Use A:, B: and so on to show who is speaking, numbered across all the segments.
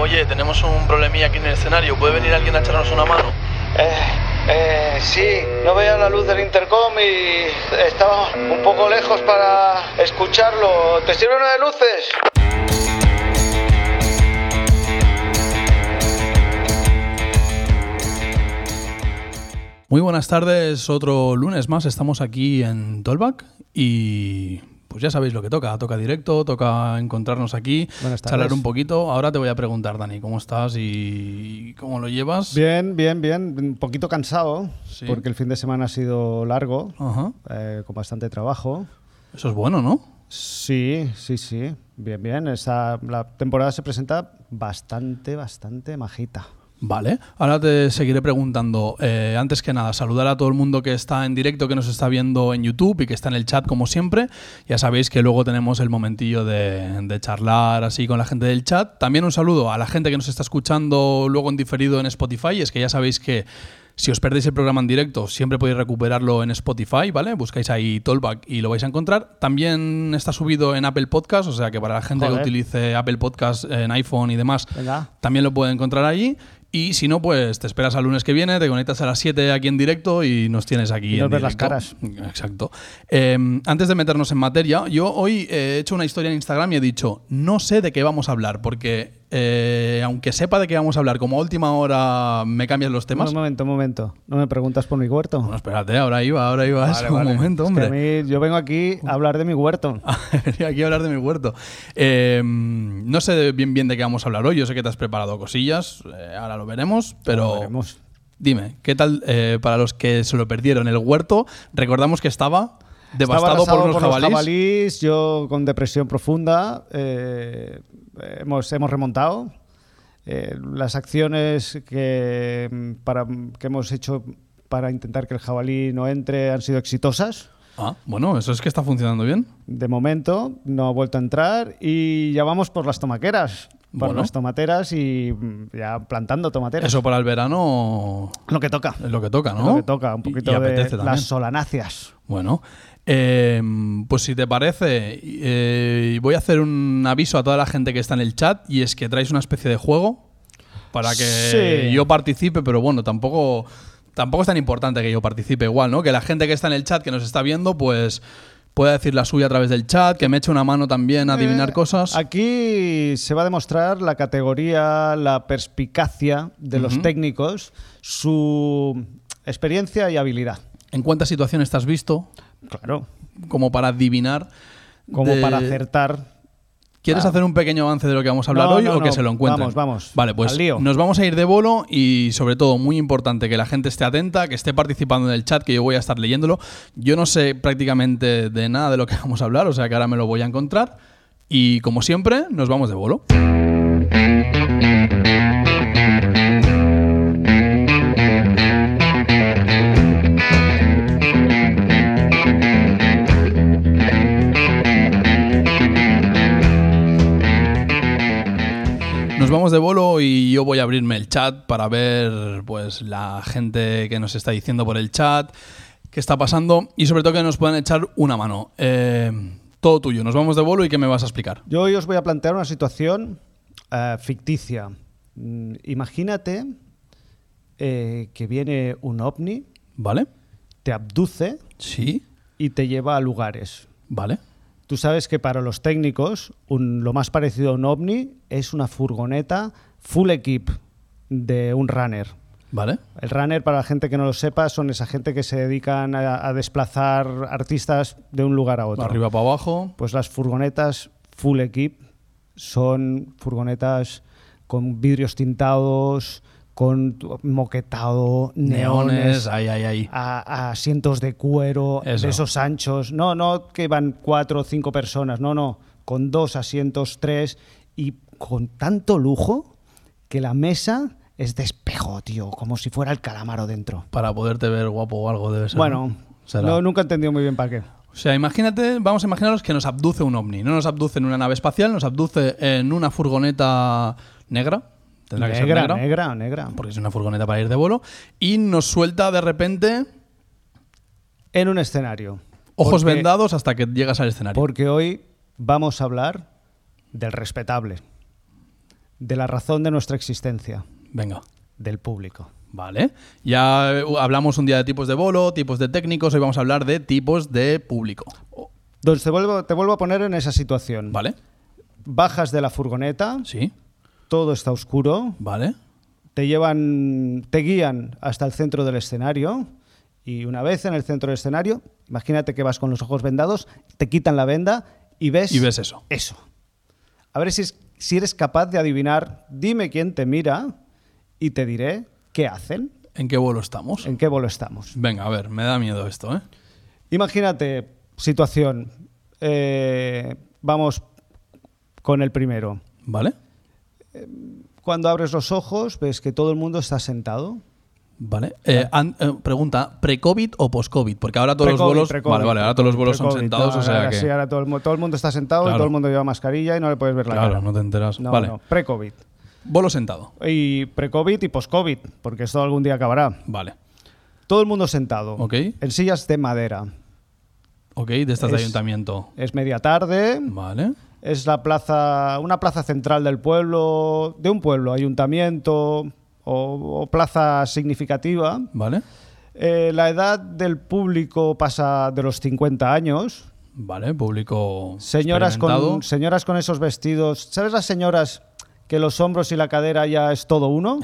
A: Oye, tenemos un problemilla aquí en el escenario. ¿Puede venir alguien a echarnos una mano?
B: Eh, eh, sí, no veía la luz del intercom y estaba un poco lejos para escucharlo. ¿Te sirve una de luces?
A: Muy buenas tardes, otro lunes más. Estamos aquí en Dolbach y pues ya sabéis lo que toca. Toca directo, toca encontrarnos aquí,
C: Buenas tardes.
A: charlar un poquito. Ahora te voy a preguntar, Dani, ¿cómo estás y cómo lo llevas?
C: Bien, bien, bien. Un poquito cansado,
A: Pues- Sí.
C: porque el fin de semana ha sido largo,
A: Ajá.
C: eh, con bastante trabajo.
A: Eso es bueno, ¿no?
C: Sí, sí, sí. Bien, bien. Esa- la temporada se presenta bastante, bastante majita.
A: Vale, ahora te seguiré preguntando. Eh, antes que nada, saludar a todo el mundo que está en directo, que nos está viendo en YouTube y que está en el chat como siempre. Ya sabéis que luego tenemos el momentillo de, de charlar así con la gente del chat. También un saludo a la gente que nos está escuchando luego en diferido en Spotify. Es que ya sabéis que si os perdéis el programa en directo, siempre podéis recuperarlo en Spotify, ¿vale? Buscáis ahí Tollback y lo vais a encontrar. También está subido en Apple Podcast, o sea que para la gente que
C: Joder.
A: utilice Apple Podcast en iPhone y demás,
C: Venga.
A: también lo puede encontrar allí. Y si no, pues te esperas al lunes que viene, te conectas a las 7 aquí en directo y nos tienes aquí.
C: Y
A: en
C: nos ves las
A: directo.
C: caras.
A: Exacto. Eh, antes de meternos en materia, yo hoy eh, he hecho una historia en Instagram y he dicho, no sé de qué vamos a hablar, porque eh, aunque sepa de qué vamos a hablar, como a última hora me cambias los temas.
C: Un momento, un momento. ¿No me preguntas por mi huerto?
A: Bueno, espérate, ahora iba, ahora iba.
C: Vale,
A: eso, un
C: vale.
A: momento,
C: Es que
A: Ah, hombre. Ah,
C: a mí- yo vengo aquí a hablar de mi huerto.
A: Venía aquí a hablar de mi huerto. Eh, no sé bien, bien de qué vamos a hablar hoy. Yo sé que te has preparado cosillas. eh, ahora lo veremos. Pero
C: Lo veremos.
A: dime, ¿qué tal eh, para los que se lo perdieron? El huerto, recordamos que estaba
C: Estaba
A: devastado
C: arrasado
A: por los jabalíes.
C: jabalís, Yo con depresión profunda. eh, hemos, hemos remontado. Eh, las acciones que, mm, para, que hemos hecho para intentar que el jabalí no entre han sido exitosas.
A: Ah, bueno, eso es que está funcionando bien.
C: De momento no ha vuelto a entrar y ya vamos por las tomaqueras. Por
A: Bueno.
C: las tomateras y mm, ya plantando tomateras.
A: Eso para el verano
C: Lo que toca.
A: es lo que toca, ¿no?
C: Lo que toca, un
A: Y- y
C: poquito de
A: apetece también.
C: las solanáceas.
A: Bueno, eh, pues si te parece, eh, voy a hacer un aviso a toda la gente que está en el chat y es que traes una especie de juego para que
C: Sí.
A: yo participe, pero bueno, tampoco, tampoco es tan importante que yo participe igual, ¿no? Que la gente que está en el chat, que nos está viendo, pues pueda decir la suya a través del chat, que me eche una mano también a adivinar
C: Eh,
A: cosas.
C: Aquí se va a demostrar la categoría, la perspicacia de los técnicos, su experiencia y habilidad.
A: ¿En cuántas situaciones te has visto
C: Claro.
A: como para adivinar?
C: Como
A: de-
C: para acertar.
A: ¿Quieres hacer un pequeño avance de lo que vamos a hablar
C: No,
A: hoy
C: no,
A: o que
C: no.
A: se lo encuentren?
C: Vamos, vamos.
A: Vale, pues
C: Al lío.
A: nos vamos a ir de bolo y sobre todo, muy importante, que la gente esté atenta, que esté participando en el chat, que yo voy a estar leyéndolo. Yo no sé prácticamente de nada de lo que vamos a hablar, o sea que ahora me lo voy a encontrar. Y como siempre, nos vamos de bolo. Nos vamos de bolo y yo voy a abrirme el chat para ver pues la gente que nos está diciendo por el chat, qué está pasando y sobre todo que nos puedan echar una mano. Eh, todo tuyo, nos vamos de bolo y qué me vas a explicar.
C: Yo hoy os voy a plantear una situación eh, ficticia. Mm, Imagínate eh, que viene un ovni,
A: ¿Vale?
C: te abduce
A: Sí,
C: y te lleva a lugares.
A: vale.
C: Tú sabes que para los técnicos un- lo más parecido a un ovni es una furgoneta full equip de un runner.
A: Vale.
C: El runner, para la gente que no lo sepa, son esa gente que se dedican a, a desplazar artistas de un lugar a otro.
A: Pues Arriba para abajo.
C: Pues las furgonetas full equip son furgonetas con vidrios tintados, con tu- moquetado, neones,
A: Neones, ahí, ahí, ahí.
C: a, a asientos de cuero,
A: Eso.
C: de esos anchos. No, no que van cuatro o cinco personas, no, no, con dos asientos, tres y con tanto lujo que la mesa es de espejo, tío, como si fuera el calamaro dentro.
A: Para poderte ver guapo o algo debe ser.
C: Bueno,
A: Será.
C: no, nunca he entendido muy bien para qué.
A: O sea, imagínate, vamos a imaginaros que nos abduce un ovni. No nos abduce en una nave espacial, nos abduce en una furgoneta negra. Tendrá que ser
C: Negra, negra, negra.
A: porque es una furgoneta para ir de bolo, y nos suelta de repente
C: En un escenario.
A: ojos
C: Porque-
A: vendados hasta que llegas al escenario.
C: Porque hoy vamos a hablar del respetable. de la razón de nuestra existencia,
A: Venga.
C: del público.
A: Vale. Ya eh, hablamos un día de tipos de bolo, tipos de técnicos, hoy vamos a hablar de tipos de público. Oh,
C: Entonces te vuelvo, te vuelvo a poner en esa situación.
A: Vale.
C: Bajas de la furgoneta,
A: Sí.
C: todo está oscuro,
A: Vale.
C: te llevan, te guían hasta el centro del escenario y una vez en el centro del escenario, imagínate que vas con los ojos vendados, te quitan la venda y ves,
A: Y ves eso.
C: eso. A ver si, es- si eres capaz de adivinar, dime quién te mira y te diré qué hacen,
A: ¿En qué bolo estamos?
C: en qué bolo estamos.
A: Venga, a ver, me da miedo esto, ¿eh?
C: Imagínate, situación, eh, vamos con el primero.
A: Vale.
C: Cuando abres los ojos ves que todo el mundo está sentado.
A: Vale. Eh, an- eh, pregunta, ¿pre-COVID o post-COVID? Porque ahora todos los
C: Pre-COVID,
A: bolos.
C: pre-COVID,
A: vale, vale, ahora todos los bolos son
C: pre-COVID,
A: sentados, o
C: ahora-
A: sea
C: ahora
A: que.
C: sí, ahora todo el, mu- todo el mundo está sentado y
A: Claro.
C: todo el mundo lleva mascarilla y no le puedes ver la
A: claro,
C: cara.
A: no te enteras.
C: No,
A: vale.
C: no, pre-COVID.
A: Bolo sentado.
C: Y pre-COVID y post-COVID, porque esto algún día acabará.
A: Vale.
C: Todo el mundo sentado.
A: Ok.
C: En sillas de madera.
A: Ok, de estas de
C: Es-
A: ayuntamiento.
C: Es media tarde,
A: Vale.
C: es la plaza, una plaza central del pueblo, de un pueblo, ayuntamiento o, o plaza significativa.
A: Vale.
C: Eh, la edad del público pasa de los 50 años.
A: Vale, público.
C: Señoras con,
A: experimentado.
C: señoras con esos vestidos. ¿Sabes las señoras que los hombros y la cadera ya es todo uno?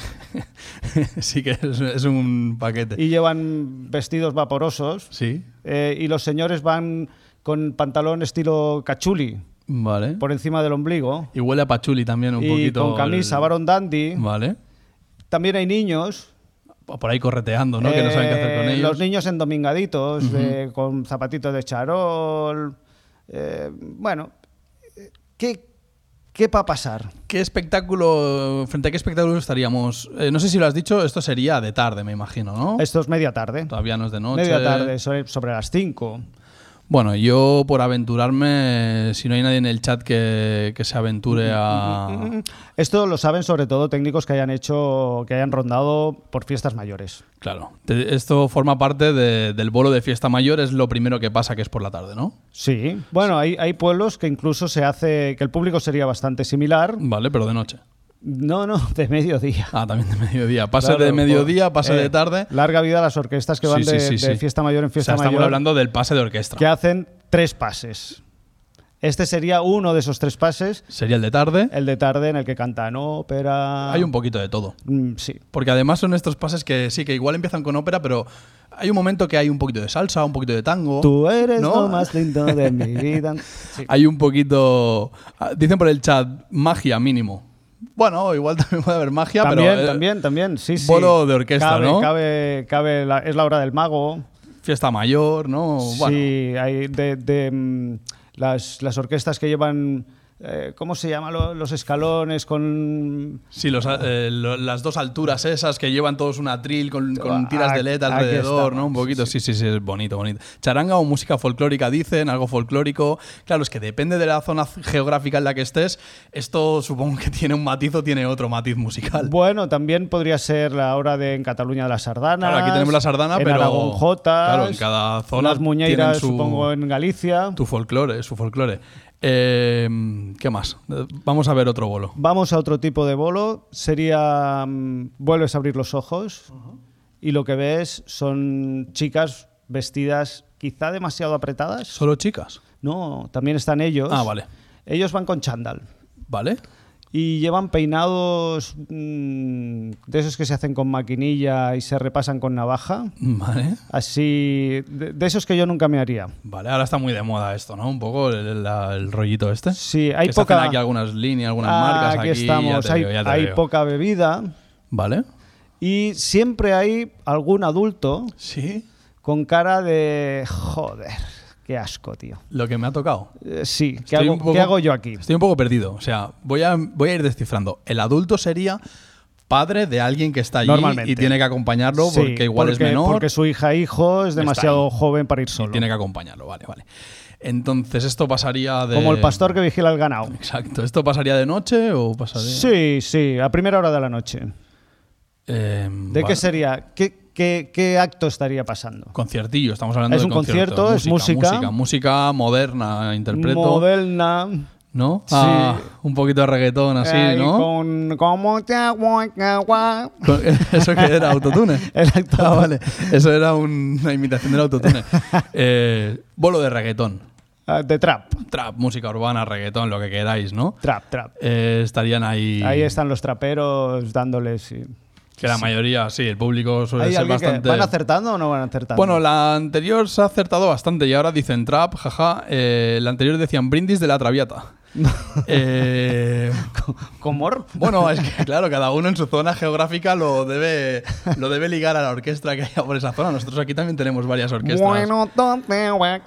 A: sí que es, es un paquete.
C: Y llevan vestidos vaporosos.
A: Sí.
C: Eh, y los señores van con pantalón estilo cachuli
A: Vale.
C: por encima del ombligo.
A: Y huele a pachuli también un
C: y
A: poquito.
C: con camisa,
A: el-
C: varón dandy.
A: Vale.
C: También hay niños.
A: Por ahí correteando, ¿no? que no saben qué hacer con
C: eh,
A: ellos.
C: Los niños endomingaditos, eh, con zapatitos de charol. Eh, bueno, eh, ¿qué, ¿qué va a pasar?
A: ¿Qué espectáculo, frente a qué espectáculo estaríamos? Eh, no sé si lo has dicho, esto sería de tarde, me imagino, ¿no?
C: Esto es media tarde.
A: Todavía no es de noche.
C: Media tarde, sobre, sobre las 5.
A: Bueno, yo por aventurarme, si no hay nadie en el chat que, que se aventure a...
C: Esto lo saben sobre todo técnicos que hayan hecho, que hayan rondado por fiestas mayores.
A: Claro, Te- esto forma parte de- del bolo de fiesta mayor, es lo primero que pasa que es por la tarde, ¿no?
C: Sí. Bueno, hay, hay pueblos que incluso se hace, que el público sería bastante similar.
A: Vale, pero de noche.
C: No, no, de mediodía.
A: Ah, también de mediodía. Pase
C: Claro,
A: de mediodía,
C: por-
A: pase
C: eh,
A: de tarde.
C: Larga vida a las orquestas que van
A: Sí, sí,
C: de,
A: sí,
C: de
A: sí.
C: fiesta mayor en
A: O sea,
C: fiesta
A: estamos
C: mayor.
A: hablando del pase de orquestra.
C: Que hacen tres pases. Este sería uno de esos tres pases,
A: Sería el de tarde.
C: el de tarde en el que cantan ópera.
A: Hay un poquito de todo.
C: Mm, Sí.
A: Porque además son estos pases que sí, que igual empiezan con ópera, pero hay un momento que hay un poquito de salsa, un poquito de tango.
C: Tú eres
A: ¿no?
C: lo más lindo de mi vida. Sí.
A: Hay un poquito. ah, Dicen por el chat, magia mínimo. Bueno, igual también puede haber magia,
C: también,
A: pero. eh,
C: también, también, sí, sí.
A: bolo de orquesta,
C: Cabe-
A: ¿no?
C: Cabe, cabe la- es la hora del mago.
A: Fiesta mayor, ¿no? Oh, Bueno,
C: Sí, hay de, de, mm, las, las orquestas que llevan, eh, ¿cómo se llama? lo- Los escalones con...
A: sí, los, eh, lo- las dos alturas esas que llevan todos un atril con, con tiras de LED
C: Aquí
A: alrededor,
C: estamos,
A: ¿no? Un poquito, Ah, sí, sí, sí, es bonito, bonito. Charanga o música folclórica, dicen, algo folclórico. Claro, es que depende de la zona geográfica en la que estés, esto supongo que tiene un matiz o tiene otro matiz musical.
C: Bueno, también podría ser la hora de en Cataluña de la Sardana.
A: Claro, aquí tenemos la sardana,
C: en
A: pero.
C: Aragón Jotas,
A: Claro, en cada zona.
C: Las muñeiras,
A: tienen su-
C: supongo, en Galicia.
A: Tu folclore, su folclore. Eh, ¿Qué más? Eh, Vamos a ver otro bolo.
C: Vamos a otro tipo de bolo. Sería. mm, vuelves a abrir los ojos y lo que ves son chicas vestidas quizá demasiado apretadas.
A: ¿Solo chicas?
C: No, también están ellos.
A: Ah, vale.
C: Ellos van con chándal
A: ¿Vale?
C: y llevan peinados mm, de esos que se hacen con maquinilla y se repasan con navaja.
A: Vale.
C: Así, de, de esos que yo nunca me haría.
A: Vale, ahora está muy de moda esto, ¿no? Un poco el, la- el rollito este.
C: Sí, hay
A: Que se
C: poca-
A: hacen aquí algunas líneas, algunas
C: Ah,
A: marcas.
C: aquí
A: Aquí,
C: estamos.
A: ya te
C: hay
A: veo, ya te
C: hay
A: veo.
C: poca bebida
A: Vale.
C: y siempre hay algún adulto
A: Sí.
C: con cara de joder, qué asco, tío.
A: Lo que me ha tocado.
C: Eh, sí, ¿qué
A: Estoy
C: hago,
A: un poco-
C: qué hago yo aquí?
A: Estoy un poco perdido. O sea, voy a, voy a ir descifrando. El adulto sería padre de alguien que está allí
C: Normalmente.
A: y tiene que acompañarlo
C: Sí,
A: porque igual es menor.
C: Porque su hija e hijo es demasiado joven para ir
A: y
C: solo.
A: tiene que acompañarlo, vale, vale. Entonces esto pasaría de...
C: Como el pastor que vigila el ganado.
A: Exacto, ¿esto pasaría de noche o pasaría...?
C: Sí, sí, a primera hora de la noche.
A: Eh,
C: ¿De
A: vale.
C: qué sería? ¿Qué, qué, qué acto estaría pasando?
A: Conciertillo, estamos hablando
C: Es
A: de
C: un concierto,
A: conciertos.
C: es música.
A: Música, música moderna, interpreto.
C: Moderna.
A: ¿no? Ah, un poquito de reggaetón así,
C: Ay,
A: ¿no?
C: Con, como te aguacagua.
A: Con- ¿Eso que era? ¿Autotune?
C: El autotune.
A: Ah, vale. Eso era un- una imitación del autotune. Eh, bolo de reggaetón.
C: Ah, De trap.
A: Trap, música urbana, reggaetón, lo que queráis, ¿no?
C: Trap, trap.
A: Eh, estarían ahí.
C: Ahí están los traperos dándoles. sí.
A: Que la mayoría, sí, el público suele
C: ¿Hay
A: ser
C: alguien que-
A: bastante.
C: ¿Van acertando o no van acertando?
A: Bueno, la anterior se ha acertado bastante y ahora dicen trap, jaja. Eh, la anterior decían brindis de la traviata. Eh,
C: ¿Comor?
A: bueno, es que claro, cada uno en su zona geográfica lo debe, lo debe ligar a la orquesta que haya por esa zona. Nosotros aquí también tenemos varias orquestas.
C: Bueno, tonte, guac.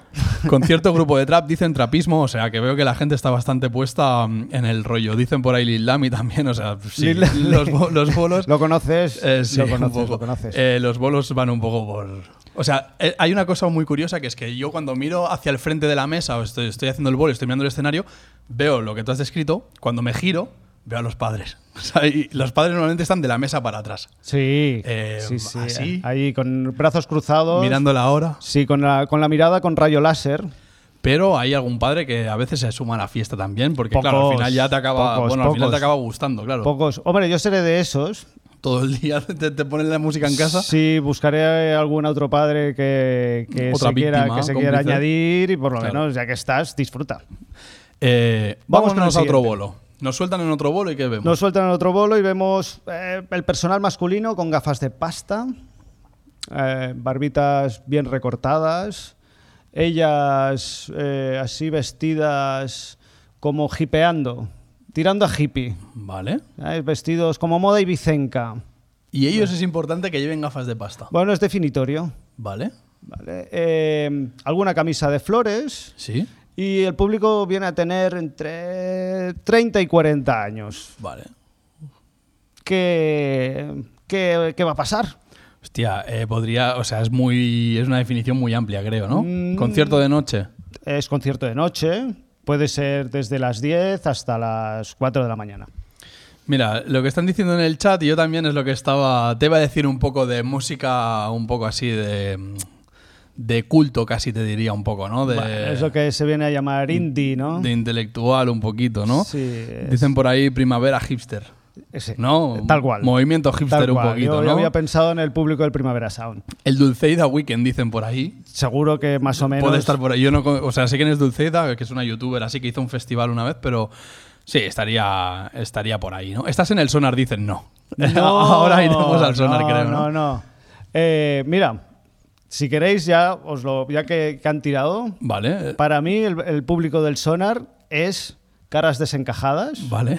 A: Con cierto grupo de trap dicen trapismo, o sea que veo que la gente está bastante puesta mm, en el rollo. Dicen por ahí Lil Dami también, o sea, sí,
C: Lil Dami.
A: los, bo- los bolos.
C: ¿Lo conoces?
A: Eh, sí,
C: lo
A: un
C: conoces,
A: poco.
C: lo conoces.
A: Eh, los bolos van un poco por. O sea, eh, hay una cosa muy curiosa que es que yo cuando miro hacia el frente de la mesa o estoy, estoy haciendo el bolo, estoy mirando el escenario, veo lo que tú has descrito. Cuando me giro, veo a los padres. O sea, y los padres normalmente están de la mesa para atrás,
C: sí,
A: eh,
C: sí, sí.
A: así.
C: Ahí con brazos cruzados.
A: mirando la hora.
C: Oh, Sí, con la, con la mirada con rayo láser.
A: Pero hay algún padre que a veces se suma a la fiesta también, porque claro, al
C: Pocos,
A: final ya te acaba,
C: pocos,
A: bueno, al final te
C: pocos.
A: acaba gustando, claro.
C: Pocos. Hombre, yo seré de esos.
A: Todo el día te, te ponen la música en casa.
C: Sí, buscaré algún otro padre que, que
A: Otra
C: se quiera,
A: víctima,
C: que se quiera
A: cómplice.
C: añadir y por lo
A: Claro.
C: menos, ya que estás, disfruta.
A: Eh,
C: Vamos
A: vámonos
C: con el
A: a otro
C: siguiente.
A: bolo. Nos sueltan en otro bolo y ¿qué vemos?
C: Nos sueltan el otro bolo y vemos eh, el personal masculino con gafas de pasta, eh, barbitas bien recortadas, ellas eh, así vestidas como hipeando, tirando a hippie,
A: Vale.
C: ¿sabes? vestidos como moda y vicenca.
A: Y ellos es importante que lleven gafas de pasta.
C: Bueno, es definitorio.
A: Vale.
C: ¿vale? Eh, alguna camisa de flores.
A: Sí.
C: Y el público viene a tener entre 30 y 40 años.
A: Vale.
C: ¿Qué, qué, qué va a pasar?
A: Hostia, eh, podría, o sea, es muy, es una definición muy amplia, creo, ¿no?
C: Mm.
A: Concierto de noche.
C: Es concierto de noche, puede ser desde las 10 hasta las 4 de la mañana.
A: Mira, lo que están diciendo en el chat y yo también es lo que estaba. Te iba a decir un poco de música, un poco así de. de culto, casi te diría un poco, ¿no? De,
C: Bueno, es lo que se viene a llamar indie, ¿no?
A: de intelectual, un poquito, ¿no?
C: Sí, es-
A: Dicen por ahí primavera hipster,
C: ese,
A: ¿no?
C: Tal cual.
A: Movimiento
C: Tal
A: hipster un
C: cual.
A: poquito,
C: Yo
A: ¿no?
C: había pensado en el público del Primavera Sound.
A: El Dulceida Weekend, dicen por ahí.
C: Seguro que más o menos.
A: Puede estar por ahí. Yo no, con- o sea, sé quién es Dulceida, que es una youtuber, así que hizo un festival una vez, pero sí, estaría, estaría por ahí, ¿no? Estás en el sonar, dicen no.
C: No,
A: Ahora iremos al sonar,
C: no,
A: creo. ¿no?
C: No, no. Eh, mira, si queréis, ya os lo. Ya que, que han tirado,
A: Vale, eh,
C: para mí el, el público del sonar es caras desencajadas.
A: vale.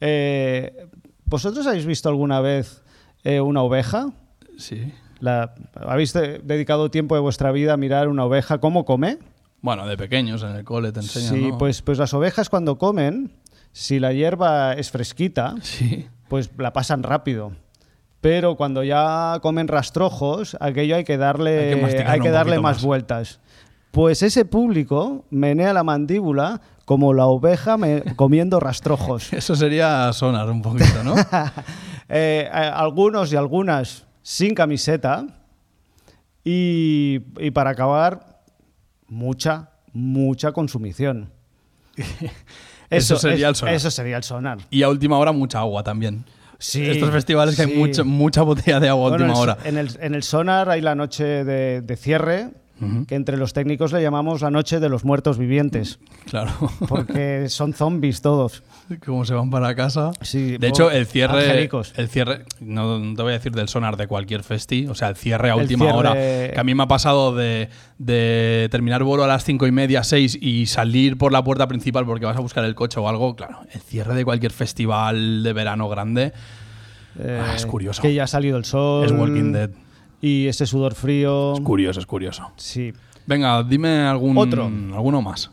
C: Eh, ¿Vosotros habéis visto alguna vez eh, una oveja?
A: Sí.
C: La- ¿Habéis de- dedicado tiempo de vuestra vida a mirar una oveja cómo come?
A: Bueno, de pequeños en el cole te enseñan.
C: sí,
A: ¿no?
C: pues, pues las ovejas cuando comen, si la hierba es fresquita,
A: Sí.
C: pues la pasan rápido. Pero cuando ya comen rastrojos, aquello hay que darle,
A: Hay que masticarlo
C: hay que
A: un
C: darle
A: poquito
C: más,
A: más.
C: vueltas. Pues ese público menea la mandíbula como la oveja me- comiendo rastrojos.
A: Eso sería sonar un poquito, ¿no?
C: Eh, a- algunos y algunas sin camiseta. Y, y para acabar, mucha, mucha consumición.
A: Eso sería
C: es-
A: el sonar.
C: Eso sería el sonar.
A: y a última hora mucha agua también.
C: Sí,
A: Estos festivales que
C: sí.
A: hay mucha, mucha botella de agua a
C: Bueno,
A: última
C: en el-
A: hora.
C: En el, en el sonar hay la noche de, de cierre, que entre los técnicos le llamamos la noche de los muertos vivientes,
A: Claro.
C: porque son zombies todos.
A: Como se van para casa.
C: Sí,
A: de
C: po-
A: hecho, el cierre.
C: angelicos.
A: El cierre. No, no te voy a decir del sonar de cualquier festi. O sea, el cierre a
C: El
A: última
C: cierre-
A: hora. Que a mí me ha pasado de, de terminar vuelo a las cinco y media, seis y salir por la puerta principal porque vas a buscar el coche o algo. Claro, el cierre de cualquier festival de verano grande. Ah, es
C: eh,
A: curioso.
C: Que ya ha salido el sol.
A: Es Walking Dead.
C: Y ese sudor frío.
A: Es curioso, es curioso.
C: Sí.
A: Venga, dime algún.
C: Otro.
A: Alguno más.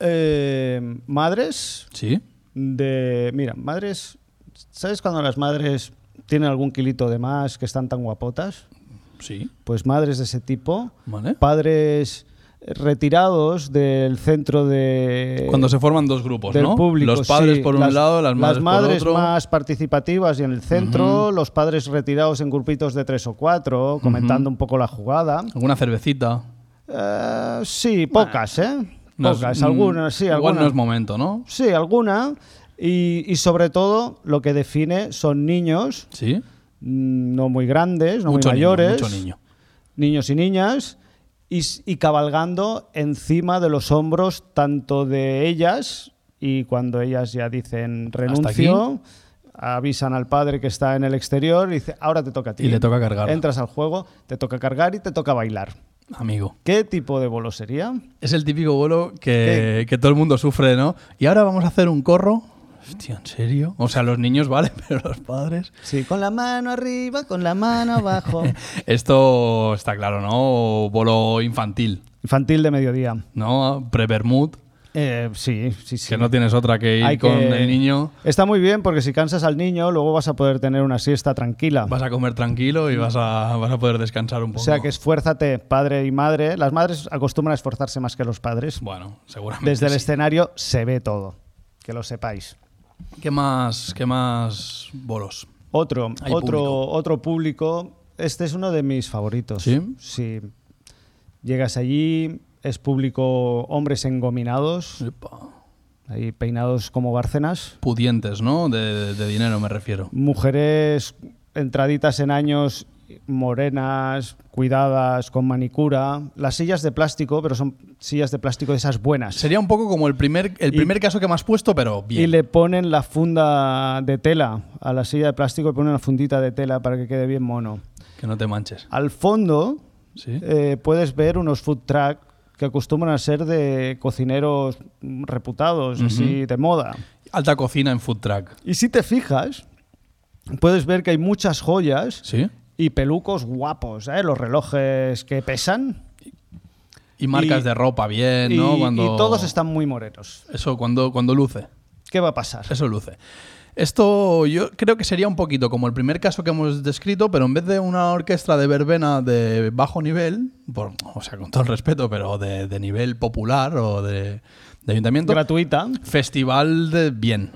C: Eh, madres
A: Sí.
C: de. Mira, madres. ¿Sabes cuando las madres tienen algún kilito de más que están tan guapotas?
A: Sí.
C: Pues madres de ese tipo.
A: Vale.
C: Padres retirados del centro de.
A: Cuando se forman dos grupos,
C: eh, del
A: ¿no?
C: público,
A: Los padres
C: sí.
A: por un lado, las madres, por otro.
C: más participativas y en el centro, los padres retirados en grupitos de tres o cuatro, comentando un poco la jugada.
A: Alguna cervecita.
C: Eh, sí, pocas, ¿eh?
A: No es-
C: Pocas, algunas, sí,
A: mm, Igual
C: algunas.
A: no es momento, ¿no?
C: Sí, alguna. Y, y sobre todo lo que define son niños,
A: Sí.
C: mm, no muy grandes, no
A: mucho
C: muy
A: niño,
C: mayores,
A: mucho niño.
C: niños y niñas, y, s- y cabalgando encima de los hombros tanto de ellas, y cuando ellas ya dicen renuncio, avisan al padre que está en el exterior y dice, ahora te toca a ti.
A: Y le toca cargar.
C: Entras al juego, te toca cargar y te toca bailar.
A: Amigo.
C: ¿Qué tipo de bolo sería?
A: Es el típico vuelo que, que todo el mundo sufre, ¿no? Y ahora vamos a hacer un corro. Hostia, ¿en serio? O sea, los niños vale, pero los padres.
C: Sí, con la mano arriba, con la mano abajo.
A: Esto está claro, ¿no? Bolo infantil,
C: Infantil de mediodía.
A: ¿no? Pre-Bermud,
C: Eh, sí, sí, sí.
A: que no tienes otra que ir
C: Hay
A: con
C: que-
A: el niño.
C: Está muy bien porque si cansas al niño, luego vas a poder tener una siesta tranquila.
A: Vas a comer tranquilo y vas a, vas a poder descansar un
C: O
A: poco.
C: sea que esfuérzate, padre y madre. Las madres acostumbran a esforzarse más que los padres.
A: Bueno, seguramente.
C: Desde el
A: sí.
C: escenario se ve todo, que lo sepáis.
A: ¿Qué más, ¿Qué más bolos?
C: Otro,
A: Hay
C: otro,
A: público.
C: otro público. Este es uno de mis favoritos.
A: ¿Sí?
C: Sí. Llegas allí, es público hombres engominados,
A: Epa.
C: ahí peinados como Bárcenas.
A: Pudientes, ¿no? De, de- de dinero me refiero.
C: mujeres entraditas en años, morenas, cuidadas, con manicura, las sillas de plástico, pero son sillas de plástico de esas buenas.
A: Sería un poco como el primer, el
C: Y-
A: primer caso que me has puesto, pero bien.
C: Y le ponen la funda de tela a la silla de plástico, le ponen una fundita de tela para que quede bien mono.
A: Que no te manches.
C: Al fondo
A: Sí.
C: eh, puedes ver unos food truck que acostumbran a ser de cocineros mm, reputados, así de moda.
A: Alta cocina en food truck.
C: Y si te fijas, puedes ver que hay muchas joyas
A: Sí.
C: y pelucos guapos, ¿eh? los relojes que pesan.
A: Y marcas
C: Y-
A: de ropa bien,
C: y,
A: Eh, ¿no? Cuando,
C: y todos están muy morenos.
A: Eso, cuando, cuando luce.
C: ¿Qué va a pasar?
A: Eso luce. Esto yo creo que sería un poquito como el primer caso que hemos descrito, pero en vez de una orquesta de verbena de bajo nivel, por- o sea, con todo el respeto, pero de, de nivel popular o de, de ayuntamiento,
C: Gratuita.
A: festival de bien.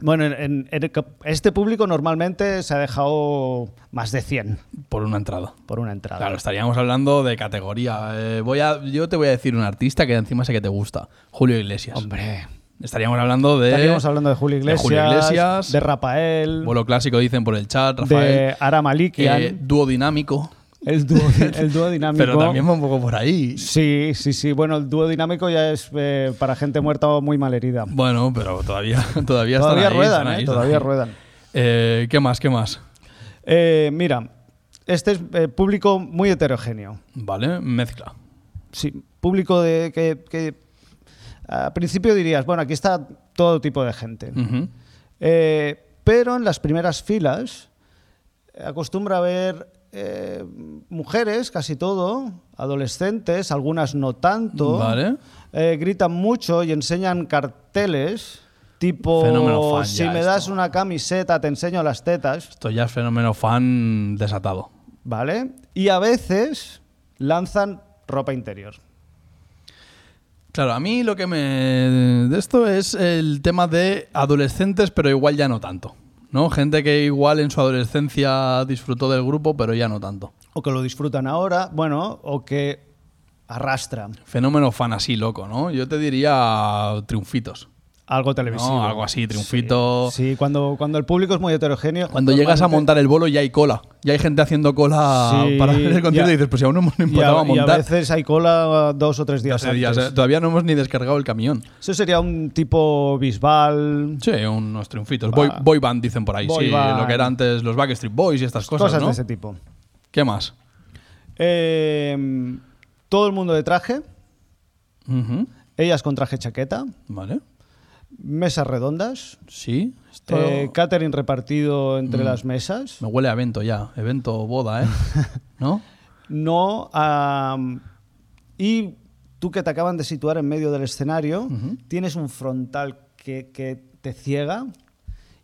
C: Bueno, en- en- en este público normalmente se ha dejado más de 100
A: Por una entrada.
C: por una entrada.
A: Claro, estaríamos hablando de categoría. Eh, voy a, yo te voy a decir un artista que encima sé que te gusta. Julio Iglesias.
C: Hombre.
A: Estaríamos hablando de.
C: Estaríamos hablando de Julio Iglesias, de,
A: Julio Iglesias.
C: Rafael,
A: Vuelo clásico, dicen por el chat, Rafael.
C: de Ara Malikian,
A: Eh, dúo dinámico.
C: el, dúo, el dúo dinámico.
A: Pero también va un poco por ahí.
C: Sí, sí, sí. Bueno, el dúo dinámico ya es eh, para gente muerta o muy malherida.
A: Bueno, pero todavía, todavía, están
C: Todavía
A: ahí,
C: ruedan,
A: están
C: ¿eh?
A: ahí, están
C: Todavía
A: ahí.
C: ruedan.
A: Eh, ¿Qué más? ¿Qué más?
C: Eh, mira, este es eh, público muy heterogéneo.
A: Vale, mezcla.
C: Sí, público de que, que al principio dirías, bueno, aquí está todo tipo de gente.
A: Ujú.
C: Eh, pero en las primeras filas eh, acostumbra a ver eh, mujeres, casi todo, adolescentes, algunas no tanto.
A: Vale.
C: Eh, gritan mucho y enseñan carteles tipo
A: Fenómeno fan
C: si
A: ya
C: me das
A: esto.
C: una camiseta te enseño las tetas.
A: Esto ya es fenómeno fan desatado.
C: ¿Vale? Y a veces lanzan ropa interior.
A: Claro, a mí lo que me. de esto es el tema de adolescentes, pero igual ya no tanto. ¿No? Gente que igual en su adolescencia disfrutó del grupo, pero ya no tanto.
C: O que lo disfrutan ahora, bueno, o que arrastran
A: Fenómeno fan así loco, ¿no? Yo te diría triunfitos.
C: algo televisivo.
A: No, algo así, triunfito.
C: Sí, sí, cuando, cuando el público es muy heterogéneo.
A: Cuando llegas a
C: normalmente-
A: montar el bolo ya hay cola. Ya hay gente haciendo cola
C: Sí,
A: para ver el concierto
C: ya.
A: y dices, pues si aún no hemos- no
C: y a-
A: importaba
C: y a,
A: montar.
C: veces hay cola dos o tres días
A: Hace días,
C: antes.
A: eh, Todavía no hemos ni descargado el camión.
C: Eso sería un tipo Bisbal,
A: Sí, unos triunfitos. Boy, boy band dicen por ahí.
C: Boy
A: sí,
C: band.
A: lo que era antes los Backstreet Boys y estas cosas,
C: cosas
A: ¿no?
C: de ese tipo.
A: ¿Qué más?
C: Eh, todo el mundo de traje,
A: Ujú,
C: ellas con traje chaqueta,
A: Vale.
C: mesas redondas,
A: Sí. Esto
C: eh, catering repartido entre
A: Mm.
C: las mesas.
A: me huele a evento ya. Evento boda, ¿eh? ¿No?
C: No. am, y tú que te acaban de situar en medio del escenario, tienes un frontal que, que te ciega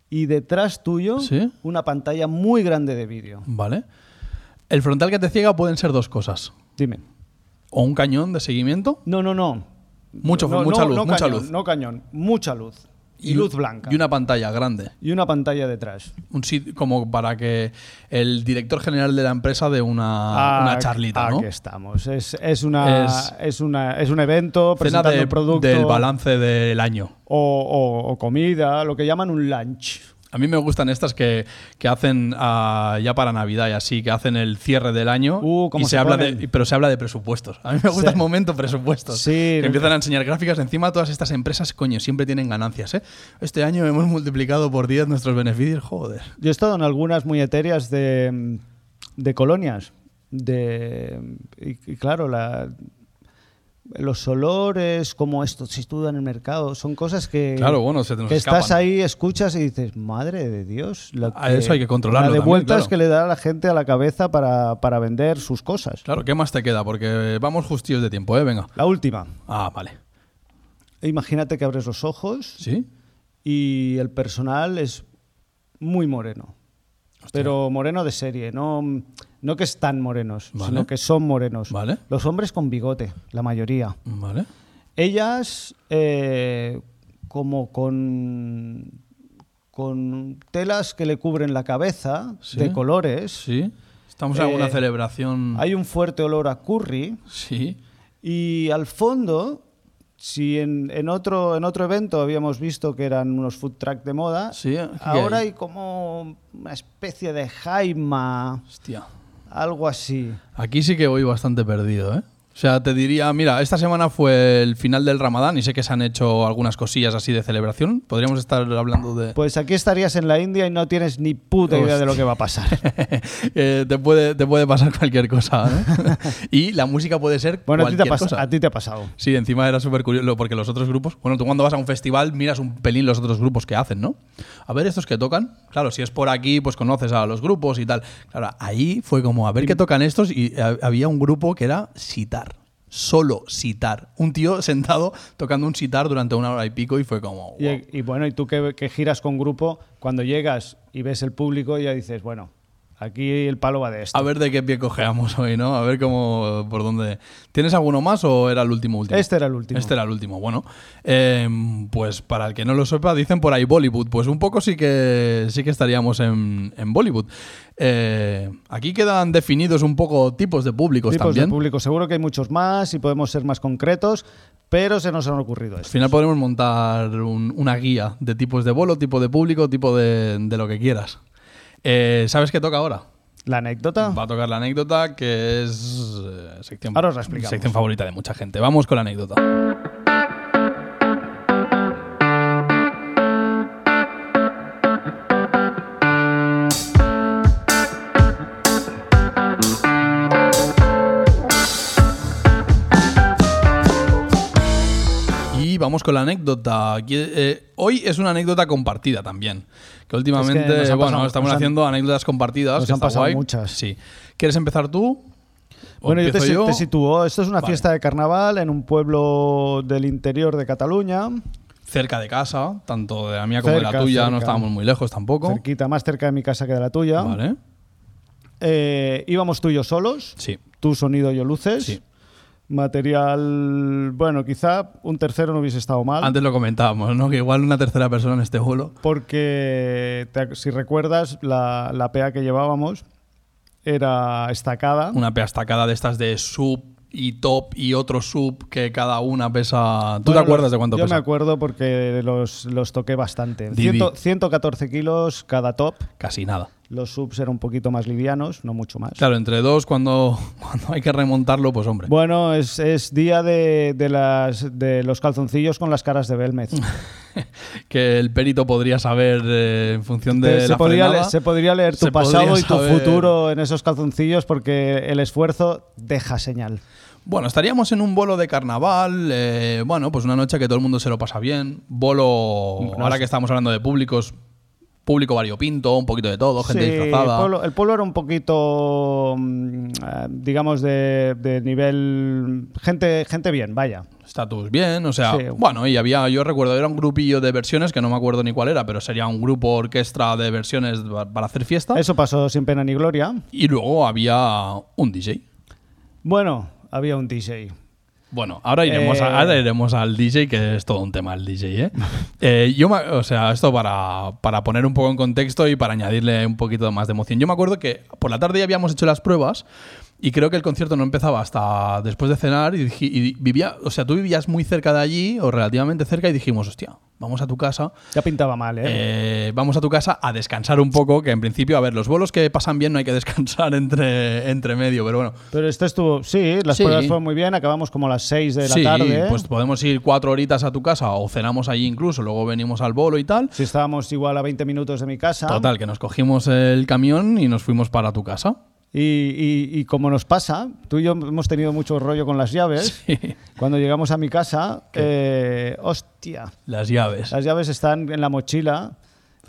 C: y detrás tuyo
A: Sí.
C: una pantalla muy grande de vídeo.
A: Vale. El frontal que te ciega pueden ser dos cosas.
C: Dime.
A: O un cañón de seguimiento.
C: No, no, no.
A: Mucho-
C: No,
A: mucha
C: no,
A: luz,
C: no
A: mucha
C: cañón,
A: luz.
C: No cañón, mucha luz. Y luz blanca.
A: Y una pantalla grande.
C: Y una pantalla detrás.
A: Un sit- como para que el director general de la empresa dé una,
C: Ah,
A: una charlita, ¿no?
C: Aquí estamos. Es, es una, es,
A: Es-
C: una, es un evento
A: Cena
C: presentando
A: de-
C: producto
A: del balance del año.
C: o, o- o comida, lo que llaman un lunch.
A: A mí me gustan estas que, que hacen ah, ya para Navidad y así, que hacen el cierre del año,
C: Uh, cómo
A: y
C: se
A: se habla de,
C: ponen.
A: pero se habla de presupuestos. A mí me gusta
C: Sí.
A: el momento presupuestos.
C: Sí.
A: Que empiezan a enseñar gráficas. Encima todas estas empresas, coño, siempre tienen ganancias. ¿eh? Este año hemos multiplicado por 10 nuestros beneficios. Joder.
C: Yo he estado en algunas muy etéreas de, de colonias. De, y, y claro, la- los olores, como esto se estudia en el mercado, son cosas que.
A: Claro, bueno, se nos
C: que
A: escapan.
C: estás ahí, escuchas y dices, madre de Dios. lo
A: A eso hay que controlarlo
C: La de
A: también,
C: vueltas
A: claro.
C: que le da la gente a la cabeza para, para vender sus cosas.
A: Claro, ¿qué más te queda? Porque vamos justillos de tiempo, ¿eh? Venga.
C: La última.
A: Ah, vale.
C: Imagínate que abres los ojos
A: ¿Sí?
C: y el personal es muy moreno. Pero moreno de serie, no, no que están morenos,
A: Vale.
C: sino que son morenos.
A: Vale.
C: Los hombres con bigote, la mayoría.
A: Vale.
C: Ellas eh, como con, con telas que le cubren la cabeza
A: Sí.
C: de colores.
A: Sí. Estamos
C: Eh,
A: en alguna celebración.
C: Hay un fuerte olor a curry.
A: Sí.
C: Y al fondo, si en, en otro, en otro evento habíamos visto que eran unos food truck de moda,
A: Sí, ¿qué
C: ahora
A: hay?
C: hay como una especie de jaima,
A: Hostia.
C: algo así.
A: Aquí sí que voy bastante perdido, ¿eh? O sea, te diría, mira, esta semana fue el final del Ramadán y sé que se han hecho algunas cosillas así de celebración. Podríamos estar hablando de...
C: Pues aquí estarías en la India y no tienes ni puta idea de lo que va a pasar.
A: Eh, te, puede, te puede pasar cualquier cosa, ¿no? y la música puede ser
C: Bueno, a ti, te
A: cualquier
C: ha pas-
A: cosa.
C: a ti te ha pasado.
A: Sí, encima era súper curioso porque los otros grupos, bueno, tú cuando vas a un festival miras un pelín los otros grupos que hacen, ¿no? A ver estos que tocan, claro, si es por aquí, pues conoces a los grupos y tal. Claro, ahí fue como a ver qué tocan estos y ha- había un grupo que era sitar, solo sitar, un tío sentado tocando un sitar durante una hora y pico y fue como...
C: Y,
A: wow.
C: y bueno, y tú que, que giras con grupo, cuando llegas y ves el público ya dices, bueno, aquí el palo va de esto.
A: A ver de qué pie cojeamos hoy, ¿no? A ver cómo, por dónde. ¿Tienes alguno más o era el último último?
C: Este era el último.
A: Este era el último, bueno. Eh, pues para el que no lo sepa, dicen por ahí Bollywood. Pues un poco sí que sí que estaríamos en, en Bollywood. Eh, aquí quedan definidos un poco tipos de públicos
C: tipos de
A: también.
C: pues público. Seguro que hay muchos más y podemos ser más concretos, pero se nos han ocurrido
A: Al
C: esto.
A: final podremos montar un- una guía de tipos de bolo, tipo de público, tipo de, de lo que quieras. Eh, ¿Sabes qué toca ahora?
C: La anécdota.
A: Va a tocar la anécdota, que es eh, sección,
C: Ahora os la explicamos.
A: sección favorita de mucha gente. Vamos con la anécdota. Y vamos con la anécdota. Aquí, eh, hoy es una anécdota compartida también. Que últimamente,
C: nos ha
A: bueno,
C: pasado-
A: estamos
C: nos han-
A: haciendo anécdotas compartidas.
C: Nos
A: que
C: han
A: está
C: pasado
A: guay.
C: muchas.
A: Sí. ¿Quieres empezar tú? ¿O
C: Bueno, yo te,
A: empiezo
C: si- te sitúo. Esto es una
A: Vale.
C: fiesta de carnaval en un pueblo del interior de Cataluña,
A: Cerca de casa, tanto de la mía como de
C: Cerca,
A: la tuya,
C: cerca.
A: no estábamos muy lejos tampoco.
C: cerquita, más cerca de mi casa que de la tuya.
A: Vale.
C: Eh, íbamos tú y yo solos,
A: Sí.
C: tú sonido, yo luces.
A: Sí.
C: Material, bueno, quizá un tercero no hubiese estado mal.
A: Antes lo comentábamos, ¿no? Que igual una tercera persona en este vuelo.
C: Porque te- si recuerdas, la, la PA que llevábamos era estacada.
A: Una peastacada de estas de sub y top y otro sub que cada una pesa. ¿Tú
C: Bueno,
A: te acuerdas
C: los-
A: de cuánto
C: yo
A: pesa?
C: me acuerdo porque los, los toqué bastante.
A: Didi.
C: Ciento- 114 kilos cada top.
A: Casi nada.
C: Los subs eran un poquito más livianos, no mucho más.
A: Claro, entre dos, cuando, cuando hay que remontarlo, pues hombre.
C: Bueno, es, es día de, de las, de los calzoncillos con las caras de Belmez.
A: que el perito podría saber eh, en función de
C: Te- se,
A: la
C: podría
A: frenada,
C: leer, se podría leer tu
A: se
C: pasado
A: podría
C: y tu
A: saber-
C: futuro en esos calzoncillos porque el esfuerzo deja señal.
A: Bueno, estaríamos en un bolo de carnaval, eh, bueno, pues una noche que todo el mundo se lo pasa bien, bolo,
C: Incluso.
A: ahora que estamos hablando de públicos, público variopinto, un poquito de todo, gente
C: Sí,
A: disfrazada.
C: El pueblo, el pueblo era un poquito, mm, eh, digamos, de, de nivel... Gente, gente bien, vaya.
A: Status bien, o sea,
C: Sí.
A: bueno, y había, yo recuerdo, era un grupillo de versiones que no me acuerdo ni cuál era, pero sería un grupo orquestra de versiones pa- para hacer fiesta.
C: Eso pasó sin pena ni gloria.
A: Y luego había un DJ.
C: Bueno, había un DJ.
A: Bueno, ahora iremos,
C: Eh,
A: a- ahora iremos al DJ, que es todo un tema el DJ, ¿eh? Eh, yo, me- o sea, esto para, para poner un poco en contexto y para añadirle un poquito más de emoción. Yo me acuerdo que por la tarde ya habíamos hecho las pruebas y creo que el concierto no empezaba hasta después de cenar y, dij- y vivía, o sea, tú vivías muy cerca de allí o relativamente cerca y dijimos, hostia, vamos a tu casa.
C: Ya pintaba mal, ¿eh?
A: Eh, vamos a tu casa a descansar un poco, que en principio, a ver, los vuelos que pasan bien no hay que descansar entre, entre medio, pero bueno,
C: Pero esto estuvo. Sí, las
A: Sí.
C: pruebas fueron muy bien. Acabamos como a las 6 de la tarde.
A: pues podemos ir cuatro horitas a tu casa o cenamos allí incluso, luego venimos al bolo y tal.
C: Si estábamos igual a 20 minutos de mi casa.
A: Total, que nos cogimos el camión y nos fuimos para tu casa.
C: Y, y- y como nos pasa, tú y yo hemos tenido mucho rollo con las llaves. Cuando llegamos a mi casa, eh, hostia,
A: Las llaves.
C: las llaves están en la mochila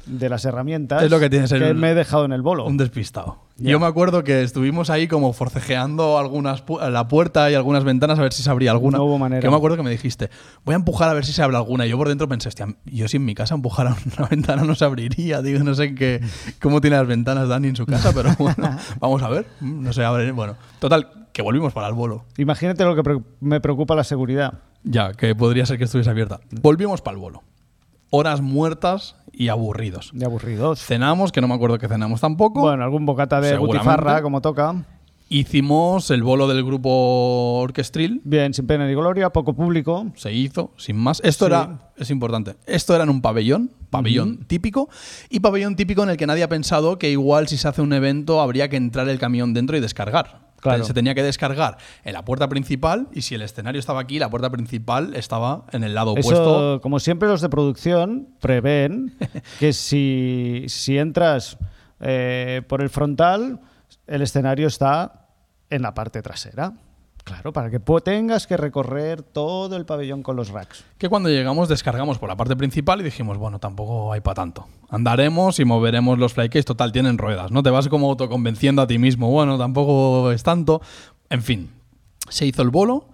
C: de las herramientas
A: Es lo que tiene ser un-
C: me he dejado en el bolo.
A: Un despistado. Yo me acuerdo que estuvimos ahí como forcejeando algunas pu- la puerta y algunas ventanas a ver si se abría alguna.
C: No hubo manera.
A: Que me acuerdo que me dijiste, voy a empujar a ver si se abre alguna. Y yo por dentro pensé, hostia, yo si en mi casa empujara una ventana no se abriría. Digo, no sé en qué, cómo tiene las ventanas Dani en su casa, pero bueno, vamos a ver. Mm, No sé, abre. Bueno, total, que volvimos para el bolo.
C: Imagínate lo que pre- me preocupa la seguridad.
A: Ya, que podría ser que estuviese abierta. Volvimos para el bolo. Horas muertas y aburridos.
C: De aburridos.
A: Cenamos, que no me acuerdo que cenamos tampoco.
C: Bueno, algún bocata de
A: Seguramente.
C: butifarra, como toca.
A: Hicimos el bolo del grupo orquestril.
C: Bien, sin pena ni gloria, poco público.
A: Se hizo, sin más. Esto era, es importante, esto era en un pabellón, pabellón típico, y pabellón típico en el que nadie ha pensado que igual si se hace un evento habría que entrar el camión dentro y descargar.
C: Claro.
A: Se tenía que descargar en la puerta principal y si el escenario estaba aquí, la puerta principal estaba en el lado opuesto.
C: Eso, como siempre, los de producción prevén que si, si entras eh, por el frontal, el escenario está en la parte trasera. Claro, para que po- tengas que recorrer todo el pabellón con los racks.
A: Que cuando llegamos descargamos por la parte principal y dijimos, bueno, tampoco hay para tanto. Andaremos y moveremos los flycase, total, tienen ruedas, ¿no? Te vas como autoconvenciendo a ti mismo, bueno, tampoco es tanto. En fin, se hizo el bolo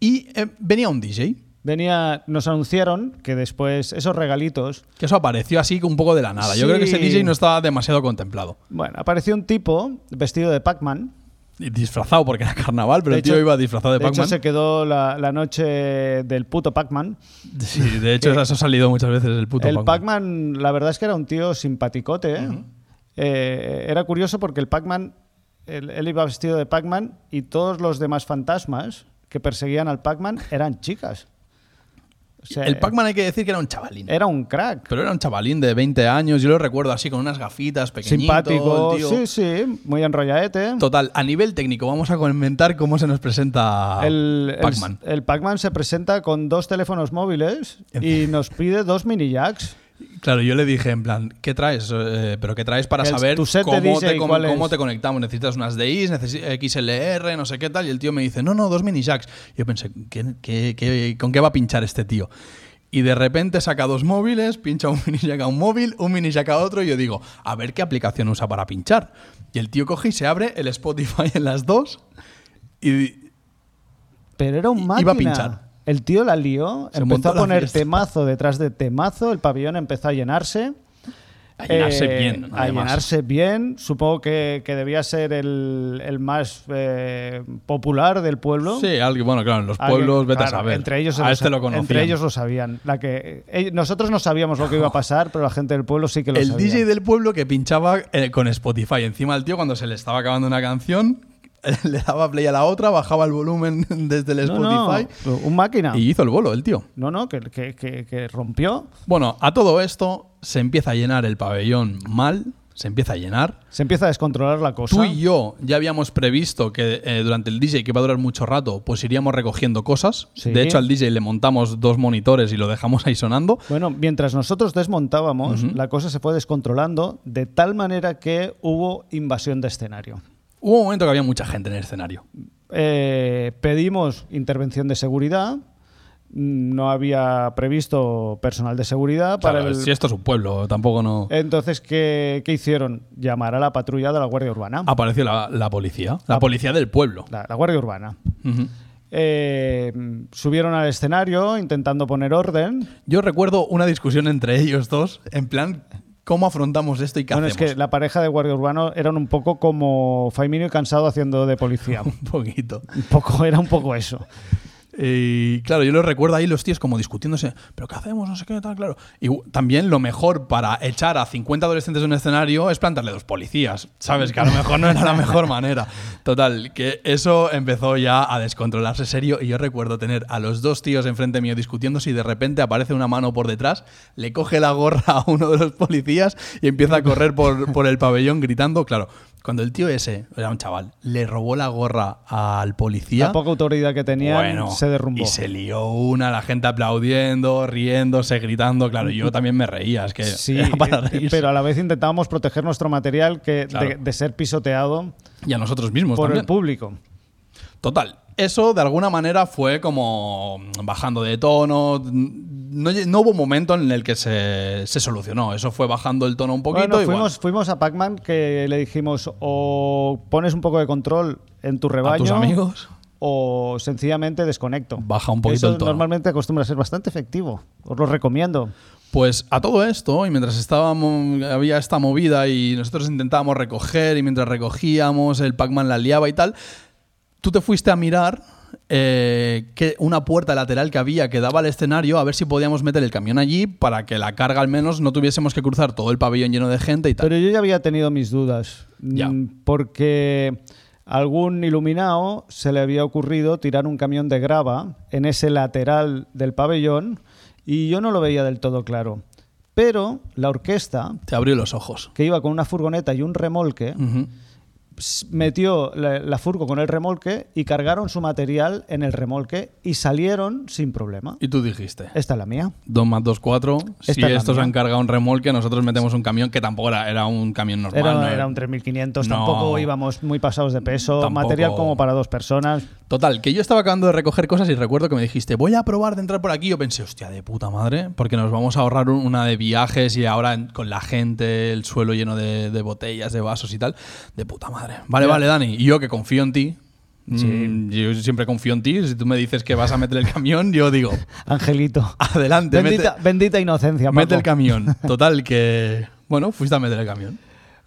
A: y eh, venía un DJ,
C: Venía, nos anunciaron que después esos regalitos.
A: que eso apareció así un poco de la nada. Yo
C: Sí.
A: creo que ese DJ no estaba demasiado contemplado.
C: Bueno, apareció un tipo vestido de Pac-Man.
A: Y disfrazado porque era carnaval, pero
C: De
A: el tío
C: hecho-
A: iba disfrazado de,
C: de hecho,
A: Pac-Man.
C: se quedó la, la noche del puto Pac-Man.
A: Sí, de hecho, eso ha salido muchas veces el puto
C: Eh, el
A: Pac-Man.
C: Pac-Man, la verdad es que era un tío simpaticote. ¿eh? Eh, era curioso porque el Pac-Man, él, él iba vestido de Pac-Man y todos los demás fantasmas que perseguían al Pac-Man eran chicas. O sea,
A: el Pac-Man hay que decir que era un chavalín.
C: era un crack,
A: Pero era un chavalín de 20 años, yo lo recuerdo así con unas gafitas, pequeñito.
C: simpático,
A: el tío.
C: sí, sí, muy enrollaete.
A: Total, a nivel técnico, vamos a comentar cómo se nos presenta
C: El, el-
A: Pac-Man.
C: el Pac-Man se presenta con dos teléfonos móviles y nos pide dos mini jacks.
A: Claro, yo le dije en plan, ¿qué traes? Eh, ¿Pero qué traes para
C: El-
A: saber
C: tu set de
A: cómo,
C: DJ,
A: te, con-
C: ¿cuál es?
A: cómo te conectamos? ¿Necesitas unas DIs? necesi- ¿XLR? No sé qué tal. Y el tío me dice, no, no, dos mini jacks. Yo pensé, ¿qué, qué- qué- con qué va a pinchar este tío? Y de repente saca dos móviles, pincha un mini jack a un móvil, un mini jack a otro, y yo digo, a ver qué aplicación usa para pinchar. Y el tío coge y se abre el Spotify en las dos y
C: Pero era
A: I-
C: un máquina.
A: iba a pinchar.
C: El tío la lió,
A: Se montó
C: empezó a
A: la
C: poner
A: fiesta.
C: temazo detrás de temazo, el pabellón empezó a llenarse.
A: A llenarse
C: Eh,
A: bien,
C: A
A: además.
C: llenarse bien. Supongo que, que debía ser el, el más eh, popular del pueblo.
A: Sí, alguien, bueno, claro, en los
C: Alguien-
A: pueblos, vete
C: claro,
A: a saber.
C: Entre ellos,
A: a
C: lo
A: este
C: sa-
A: lo conocían.
C: entre ellos lo sabían. La que, eh, nosotros no sabíamos lo que iba a pasar, pero la gente del pueblo sí que lo
A: el
C: sabía.
A: DJ del pueblo que pinchaba eh, con Spotify. Encima el tío, cuando se le estaba acabando una canción, le daba play a la otra, bajaba el volumen desde el
C: No, no,
A: Spotify
C: un máquina.
A: y hizo el bolo, el tío.
C: No, no, que, que- que- que rompió.
A: Bueno, a todo esto se empieza a llenar el pabellón mal, se empieza a llenar.
C: Se empieza a descontrolar la cosa.
A: Tú y yo ya habíamos previsto que eh, durante el DJ, que iba a durar mucho rato, pues iríamos recogiendo cosas.
C: Sí.
A: De hecho, al DJ le montamos dos monitores y lo dejamos ahí sonando.
C: Bueno, mientras nosotros desmontábamos, la cosa se fue descontrolando de tal manera que hubo invasión de escenario.
A: Hubo un momento que había mucha gente en el escenario.
C: Eh, pedimos intervención de seguridad. No había previsto personal de seguridad para
A: Claro,
C: el-
A: Si esto es un pueblo, tampoco no.
C: Entonces, ¿qué, qué hicieron? Llamar a la patrulla de la Guardia Urbana.
A: Apareció la, la policía, la policía del pueblo.
C: La, la Guardia Urbana.
A: Ujú.
C: Eh, subieron al escenario intentando poner orden.
A: Yo recuerdo una discusión entre ellos dos, en plan, ¿Cómo afrontamos esto y qué
C: Bueno, es
A: hacemos?
C: que la pareja de Guardia Urbano eran un poco como Faimino y Cansado haciendo de policía.
A: Un poquito.
C: Un poco, era un poco eso.
A: Y claro, yo lo recuerdo ahí los tíos como discutiéndose, pero ¿qué hacemos? No sé qué, tal, claro. Y u- también lo mejor para echar a 50 adolescentes de un escenario es plantarle dos policías, ¿sabes? Que a lo mejor no era la mejor manera. Total, que eso empezó ya a descontrolarse serio y yo recuerdo tener a los dos tíos enfrente mío discutiéndose y de repente aparece una mano por detrás, le coge la gorra a uno de los policías y empieza a correr por, por el pabellón gritando, claro. Cuando el tío ese, era un chaval, le robó la gorra al policía.
C: La poca autoridad que tenían
A: Bueno,
C: se derrumbó.
A: Y se lió una, la gente aplaudiendo, riéndose, gritando. Claro, yo también me reía, es que
C: Mm. Sí, eh,
A: era para reírse.
C: pero a la vez intentábamos proteger nuestro material que,
A: Claro.
C: de, de ser pisoteado
A: y a nosotros mismos
C: por
A: también.
C: el público.
A: Total. Eso de alguna manera fue como bajando de tono. No, lle- no hubo momento en el que se, se solucionó. Eso fue bajando el tono un poquito.
C: bueno,
A: y bueno,
C: fuimos, fuimos a Pac-Man que le dijimos o pones un poco de control en tu rebaño
A: a tus amigos.
C: o sencillamente desconecto.
A: Baja un poquito
C: Eso
A: el tono.
C: normalmente acostumbra a ser bastante efectivo. Os lo recomiendo.
A: Pues a todo esto, y mientras estábamos, había esta movida y nosotros intentábamos recoger, y mientras recogíamos, el Pac-Man la liaba y tal, tú te fuiste a mirar eh, que una puerta lateral que había que daba al escenario a ver si podíamos meter el camión allí para que la carga al menos no tuviésemos que cruzar todo el pabellón lleno de gente y tal.
C: Pero yo ya había tenido mis dudas.
A: Ya.
C: Mm, Porque algún iluminado se le había ocurrido tirar un camión de grava en ese lateral del pabellón y yo no lo veía del todo claro. Pero la orquesta,
A: Te abrió los ojos.
C: que iba con una furgoneta y un remolque,
A: Ujú.
C: s- metió la, la furgo con el remolque y cargaron su material en el remolque y salieron sin problema.
A: Y tú dijiste.
C: Esta es la mía.
A: 2 más 2, 4.
C: Esta
A: Si
C: es la
A: estos
C: mía.
A: han cargado un remolque, nosotros metemos un camión que tampoco era, era un camión normal.
C: Era,
A: no
C: era un 3500,
A: No.
C: tampoco íbamos muy pasados de peso,
A: Tampoco.
C: material como para dos personas.
A: Total, que yo estaba acabando de recoger cosas y recuerdo que me dijiste, voy a probar de entrar por aquí. Yo pensé, hostia, de puta madre, porque nos vamos a ahorrar un- una de viajes y ahora en- con la gente, el suelo lleno de, de botellas, de vasos y tal. De puta madre. Vale,
C: Ya.
A: vale, Dani. Y yo que confío en ti. mm, Yo siempre confío en ti. Si tú me dices que vas a meter el camión, yo digo,
C: Angelito.
A: adelante, mete-
C: Bendita, bendita inocencia,
A: mete
C: Paco.
A: el camión. Total, que. Bueno, fuiste a meter el camión.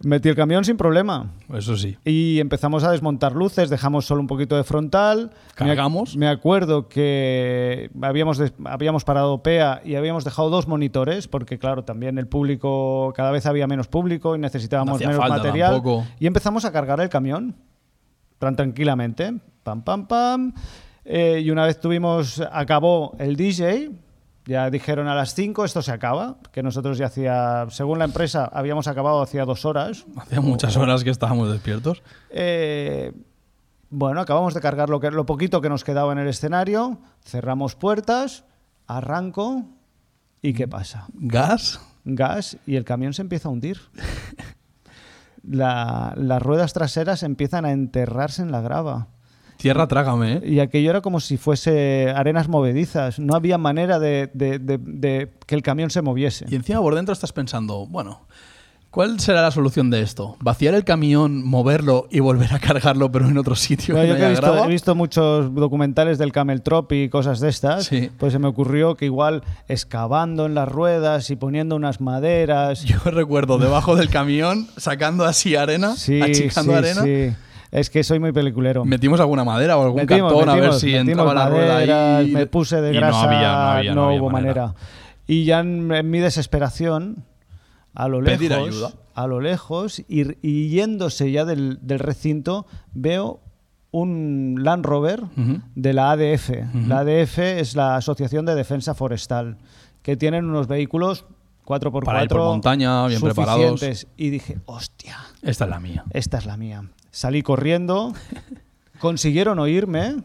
C: Metí el camión sin problema.
A: Eso sí.
C: Y empezamos a desmontar luces, dejamos solo un poquito de frontal. Me ac-
A: Cargamos.
C: Me, acuerdo que habíamos, des- habíamos parado PEA y habíamos dejado dos monitores, porque claro, también el público, cada vez había menos público y
A: No
C: necesitábamos
A: hacía
C: menos
A: falta
C: material.
A: tampoco.
C: Y empezamos a cargar el camión, tan tranquilamente, pam, pam, pam. Eh, y una vez tuvimos, acabó el DJ. Ya dijeron a las 5 esto se acaba, que nosotros ya hacía, según la empresa, habíamos acabado hacía dos horas.
A: Hacía muchas
C: Oh.
A: horas que estábamos despiertos.
C: Eh, bueno, acabamos de cargar lo, que, lo poquito que nos quedaba en el escenario, cerramos puertas, arranco y ¿qué pasa?
A: Gas.
C: Gas y el camión se empieza a hundir. La- las ruedas traseras empiezan a enterrarse en la grava.
A: Tierra, trágame, ¿eh?
C: Y aquello era como si fuese arenas movedizas. No había manera de, de- de- de que el camión se moviese.
A: Y encima por dentro estás pensando, bueno, ¿cuál será la solución de esto? ¿Vaciar el camión, moverlo y volver a cargarlo, pero en otro sitio?
C: No,
A: que
C: yo
A: no
C: que he
A: haya
C: visto,
A: grava?
C: he visto muchos documentales del Camel Trop y cosas de estas,
A: Sí.
C: pues se me ocurrió que igual excavando en las ruedas y poniendo unas maderas,
A: Yo recuerdo debajo del camión, sacando así arena,
C: sí,
A: achicando
C: sí,
A: arena.
C: sí. es que soy muy peliculero.
A: Metimos alguna madera o algún
C: Metimos-
A: cartón a ver
C: metimos-
A: si
C: metimos
A: entraba la rueda
C: maderas,
A: ahí.
C: me puse de
A: Y
C: grasa,
A: no, había, no, había, no
C: no
A: había
C: hubo manera. Y ya en, en mi desesperación, a lo lejos,
A: Pedir ayuda.
C: a lo lejos y, y yéndose ya del, del recinto, veo un Land Rover
A: Ujú.
C: de la ADF. La ADF es la Asociación de Defensa Forestal, que tienen unos vehículos 4x4
A: Para ir por montaña, bien preparados.
C: suficientes. Y dije, hostia,
A: Esta es la mía.
C: esta es la mía. Salí corriendo, consiguieron oírme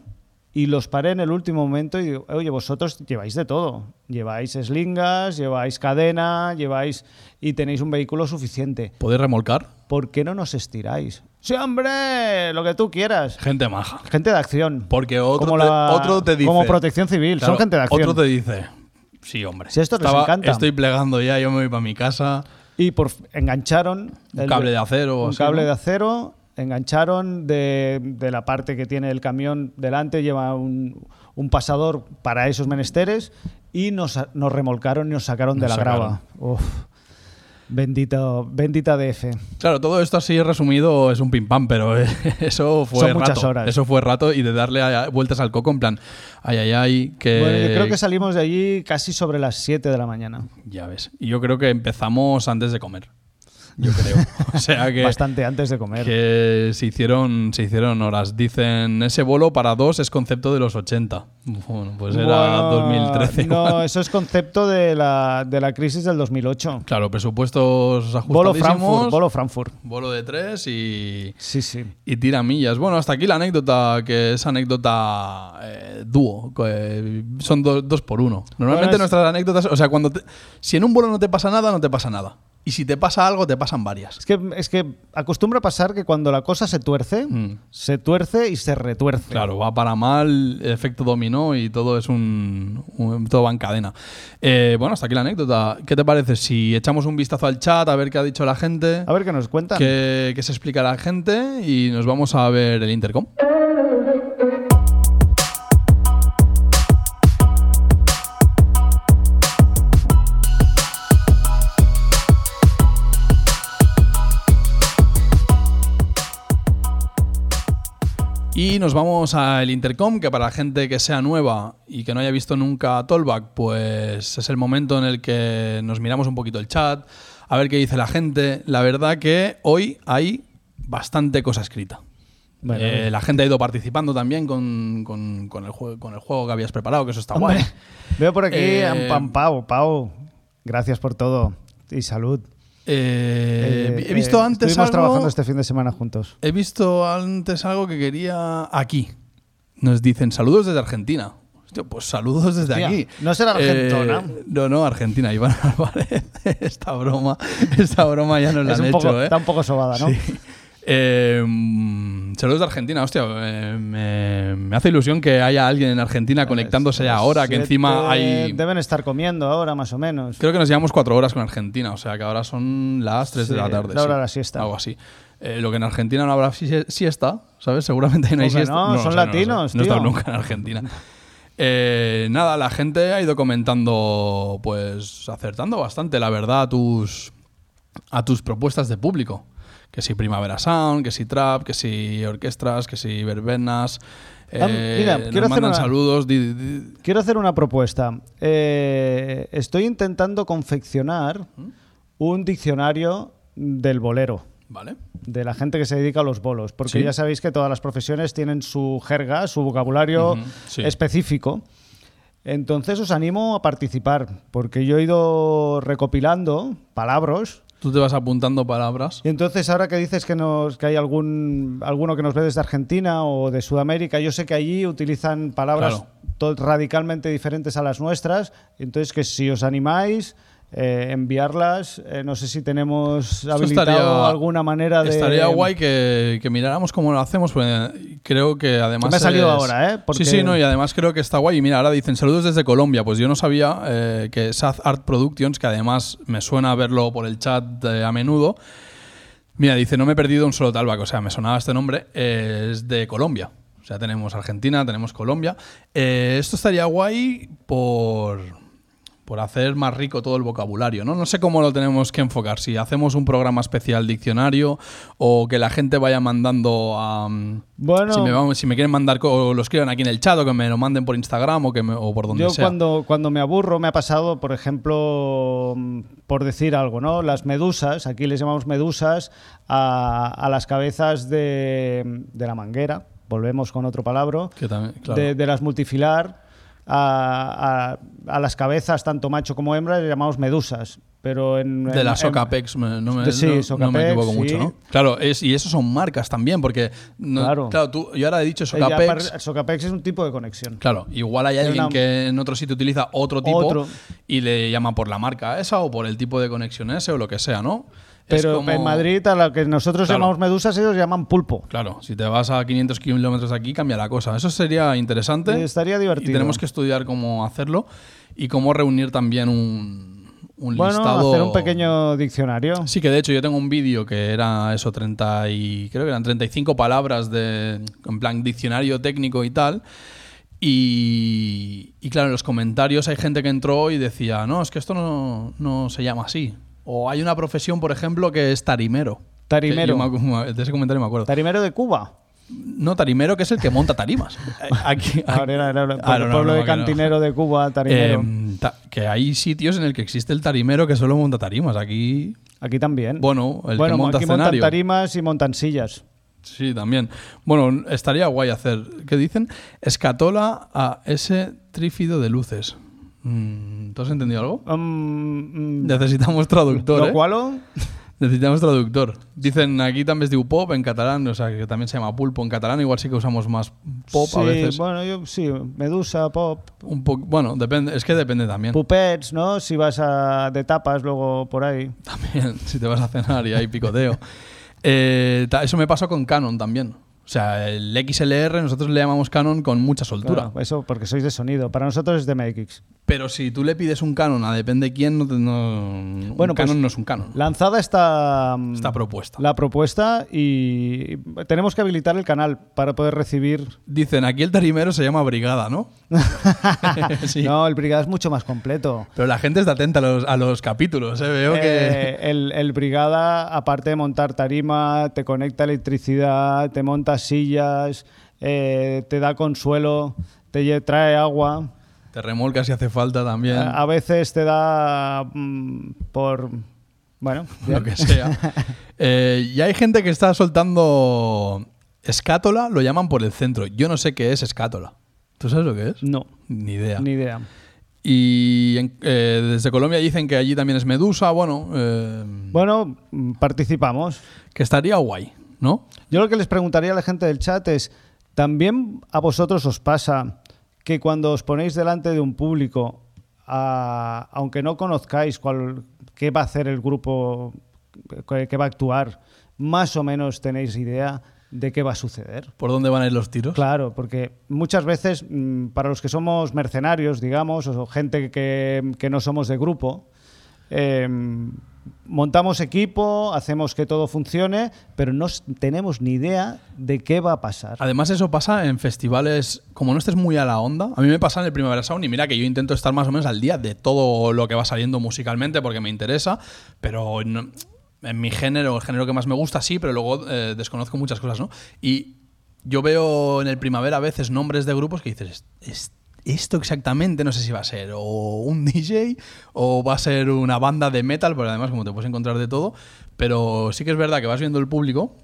C: y los paré en el último momento y digo, oye, vosotros lleváis de todo. Lleváis slingas, lleváis cadena, lleváis y tenéis un vehículo suficiente.
A: ¿Podéis remolcar?
C: ¿Por qué no nos estiráis? Sí, hombre, lo que tú quieras.
A: Gente maja.
C: Gente de acción.
A: Porque otro,
C: Como
A: te,
C: la-
A: otro te dice.
C: Como protección civil,
A: Claro,
C: son gente de acción.
A: Otro te dice. Sí, hombre.
C: Si a estos les encanta.
A: Estoy plegando ya, yo me voy para mi casa.
C: Y por f- engancharon
A: Un cable de acero o
C: un
A: así,
C: cable
A: ¿no?
C: de acero, engancharon de, de la parte que tiene el camión delante, lleva un, un pasador para esos menesteres y nos, nos remolcaron y nos sacaron de
A: Nos
C: la
A: sacaron.
C: grava. Uf. Bendito, bendita DF.
A: Claro, todo esto así resumido es un pim pam, pero eh, eso fue
C: Son muchas
A: rato.
C: horas.
A: Eso fue rato y de darle a- vueltas al coco en plan, ay, ay, ay, que...
C: Bueno, yo creo que salimos de allí casi sobre las 7 de la mañana.
A: Ya ves. Y yo creo que empezamos antes de comer. Yo creo. O sea que...
C: Bastante antes de comer.
A: Que se hicieron, se hicieron horas. Dicen, ese vuelo para dos es concepto de los 80. Bueno, pues era
C: Bueno,
A: 2013.
C: No, eso es concepto de la, de la crisis del 2008.
A: Claro, presupuestos
C: Bolo
A: ajustadísimos.
C: Frankfurt, Bolo Frankfurt.
A: bolo de tres y...
C: Sí, sí.
A: Y tira millas. Bueno, hasta aquí la anécdota, que es anécdota eh, dúo. eh, son do- dos por uno. Normalmente
C: Bueno, es-
A: nuestras anécdotas, o sea, cuando te- si en un vuelo no te pasa nada, no te pasa nada. Y si te pasa algo, te pasan varias.
C: Es que, es que acostumbra a pasar que cuando la cosa se tuerce,
A: Mm.
C: se tuerce y se retuerce.
A: Claro, va para mal, efecto dominó y todo es un, un- todo va en cadena. Eh, bueno, hasta aquí la anécdota. ¿Qué te parece si echamos un vistazo al chat a ver qué ha dicho la gente?
C: A ver qué nos cuentan.
A: ¿Qué, qué se explica la gente? Y nos vamos a ver el intercom. Y nos vamos al Intercom, que para la gente que sea nueva y que no haya visto nunca Tollback, pues es el momento en el que nos miramos un poquito el chat, a ver qué dice la gente. La verdad que hoy hay bastante cosa escrita.
C: Bueno,
A: Eh, la gente ha ido participando también con, con- con el juego, con el juego que habías preparado, que eso está
C: Hombre,
A: guay.
C: Veo por aquí
A: Eh,
C: a Pam Pau. Pau, gracias por todo y salud.
A: Eh,
C: Eh,
A: he visto
C: eh,
A: antes
C: Estuvimos
A: algo-
C: trabajando este fin de semana juntos.
A: He visto antes algo que quería aquí. Nos dicen saludos desde Argentina. Hostia, pues saludos desde
C: Hostia,
A: aquí.
C: no será argentona.
A: Eh, no, no, Argentina, Iván Álvarez. Esta broma, esta broma ya nos la
C: Es
A: han
C: un poco,
A: hecho, ¿eh?
C: Está un poco sobada, ¿no?
A: Sí. Eh, mm, saludos de Argentina, hostia. eh, me, me hace ilusión que haya alguien en Argentina conectándose ahora, que
C: Siete-
A: encima hay.
C: Deben estar comiendo ahora, más o menos.
A: Creo que nos llevamos cuatro horas con Argentina, o sea que ahora son las 3 de
C: Sí,
A: la tarde.
C: la hora
A: sí.
C: de la siesta.
A: Algo así. Eh, lo que en Argentina no habrá si- siesta, ¿sabes? Seguramente ahí no hay
C: Hombre,
A: siesta.
C: no,
A: lo
C: son
A: sé, lo sé.
C: latinos,
A: No, he estado
C: tío.
A: nunca en Argentina. Eh, nada, la gente ha ido comentando, pues acertando bastante, la verdad, a tus, a tus propuestas de público. Que si Primavera Sound, que si Trap, que si orquestas, que si verbenas.
C: Ah,
A: Eh,
C: mira,
A: nos
C: quiero hacer
A: mandan
C: una-
A: saludos. di- di-
C: Quiero hacer una propuesta. Eh, estoy intentando confeccionar
A: ¿Mm?
C: un diccionario del bolero.
A: vale.
C: de la gente que se dedica a los bolos, porque
A: Sí.
C: ya sabéis que todas las profesiones tienen su jerga, su vocabulario
A: Ujú, sí.
C: específico. Entonces os animo a participar, porque yo he ido recopilando palabras.
A: Tú te vas apuntando palabras.
C: Y entonces ahora que dices que, nos, que hay algún, alguno que nos ve desde Argentina o de Sudamérica, yo sé que allí utilizan palabras
A: Claro.
C: to- radicalmente diferentes a las nuestras, entonces que si os animáis... eh, enviarlas, eh, no sé si tenemos
A: Esto
C: habilitado alguna manera de...
A: Estaría guy que, que miráramos cómo lo hacemos, porque creo que además.
C: Me ha salido ahora, ¿eh? Porque-
A: Sí, sí, no, y además creo que está guay. Y mira, ahora dicen saludos desde Colombia. Pues yo no sabía eh, que Saz Art Productions, que además me suena verlo por el chat eh, a menudo. Mira, dice, no me he perdido un solo talbac, o sea, me sonaba este nombre, eh, es de Colombia. O sea, tenemos Argentina, tenemos Colombia. Eh, esto estaría guay por, por hacer más rico todo el vocabulario, ¿no? No sé cómo lo tenemos que enfocar, si hacemos un programa especial diccionario o que la gente vaya mandando a... mm,
C: Bueno.
A: si, me va- si me quieren mandar, co- o lo escriban aquí en el chat o que me lo manden por Instagram o, que me- o por donde
C: Yo
A: sea.
C: cuando, cuando me aburro me ha pasado, por ejemplo, mm, por decir algo, ¿no? Las medusas, aquí les llamamos medusas a, a las cabezas de, de la manguera, volvemos con otro palabra,
A: Que también, claro.
C: de, de las multifilar, a, a- a las cabezas, tanto macho como hembra, le llamamos medusas. Pero en,
A: De
C: en- eh,
A: la
C: en-
A: Socapex, me- no, me,
C: de- sí,
A: no- no
C: Socapex,
A: me equivoco mucho,
C: sí.
A: ¿no? Claro, es, y eso son marcas también, porque no- claro,
C: Claro.
A: tú, yo ahora he dicho
C: eh, ya
A: Socapex.
C: par- Socapex es un tipo de conexión.
A: Claro, igual hay
C: Es
A: alguien
C: una-
A: que en otro sitio utiliza otro tipo
C: Otro.
A: y le llama por la marca esa o por el tipo de conexión ese o lo que sea, ¿no? Es
C: Pero
A: como-
C: en Madrid, a lo que nosotros
A: Claro.
C: llamamos medusas, ellos llaman pulpo.
A: Claro, si te vas a 500 kilómetros de aquí, cambia la cosa. Eso sería interesante.
C: Eh, estaría divertido.
A: Y tenemos que estudiar cómo hacerlo y cómo reunir también un, un
C: Bueno,
A: listado.
C: hacer un pequeño diccionario.
A: Sí, que de hecho yo tengo un vídeo que era eso, 30 y creo que eran 35 palabras de, en plan diccionario técnico y tal. Y, y claro, en los comentarios hay gente que entró y decía, no, es que esto no, no se llama así. O hay una profesión, por ejemplo, que es tarimero.
C: Tarimero.
A: Que yo me acu- de ese comentario me acuerdo.
C: Tarimero de Cuba.
A: No, tarimero, que es el que monta tarimas. Aquí,
C: Eh, Ahora era, era el
A: Ah, no, no,
C: pueblo
A: no,
C: de
A: que no.
C: cantinero de Cuba, tarimero.
A: Eh, ta- que hay sitios en el que existe el tarimero que solo monta tarimas. Aquí,
C: aquí también.
A: bueno, el
C: Bueno,
A: que monta
C: aquí montan
A: escenario.
C: tarimas y montan sillas.
A: Sí, también. Bueno, estaría guay hacer. ¿Qué dicen? Escatola a ese trífido de luces. Mm, ¿Tú has entendido algo?
C: Mm, mm,
A: Necesitamos traductor.
C: lo
A: ¿eh?
C: cual
A: Necesitamos traductor. Dicen aquí también es diu pop en catalán, o sea, que también se llama pulpo en catalán, igual sí que usamos más pop
C: sí,
A: a veces. Bueno,
C: Bueno, yo sí, Medusa, Pop,
A: un po- bueno depende, es que depende también.
C: Pupets, ¿no? Si vas a, de tapas luego por ahí.
A: También, si te vas a cenar y hay picoteo. Eh, ta- eso me pasó con Canon también. O sea, el XLR nosotros le llamamos Canon con mucha soltura.
C: Claro, eso porque sois de sonido. Para nosotros es de MX.
A: Pero si tú le pides un Canon a depende quién, no, te- no-
C: Bueno,
A: un Canon
C: pues,
A: no es un Canon.
C: Lanzada está mm,
A: Está propuesta.
C: la propuesta y tenemos que habilitar el canal para poder recibir.
A: Dicen, aquí el tarimero se llama Brigada, ¿no? sí.
C: No, el Brigada es mucho más completo.
A: Pero la gente está atenta a los, a los capítulos, ¿eh? Veo que...
C: Eh, el, el Brigada, aparte de montar tarima, te conecta electricidad, te monta sillas, eh, te da consuelo, te lle- trae agua.
A: Te remolca si hace falta también.
C: A a veces te da mm, por. Bueno,
A: lo que sea. Eh, y hay gente que está soltando escátola, lo llaman por el centro. Yo no sé qué es escátola. ¿Tú sabes lo que es?
C: no,
A: Ni idea.
C: ni idea.
A: Y en- eh, desde Colombia dicen que allí también es medusa, bueno, eh,
C: Bueno, mm, participamos.
A: que estaría guay, ¿no?
C: Yo lo que les preguntaría a la gente del chat es, ¿también a vosotros os pasa que cuando os ponéis delante de un público, a- aunque no conozcáis cuál, qué va a hacer el grupo, qué, qué va a actuar, más o menos tenéis idea de qué va a suceder?
A: ¿Por dónde van a ir los tiros?
C: Claro, porque muchas veces, mm, para los que somos mercenarios, digamos, o gente que, que no somos de grupo, eh, montamos equipo, hacemos que todo funcione, pero no s- tenemos ni idea de qué va a pasar.
A: Además, eso pasa en festivales, como no estés muy a la onda, a mí me pasa en el Primavera Sound y mira que yo intento estar más o menos al día de todo lo que va saliendo musicalmente porque me interesa, pero no- en mi género, el género que más me gusta, sí, pero luego eh, desconozco muchas cosas, ¿no? Y yo veo en el Primavera a veces nombres de grupos que dices, "Es- es- esto exactamente no sé si va a ser o un DJ o va a ser una banda de metal, pero además como te puedes encontrar de todo, pero sí que es verdad que vas viendo el público.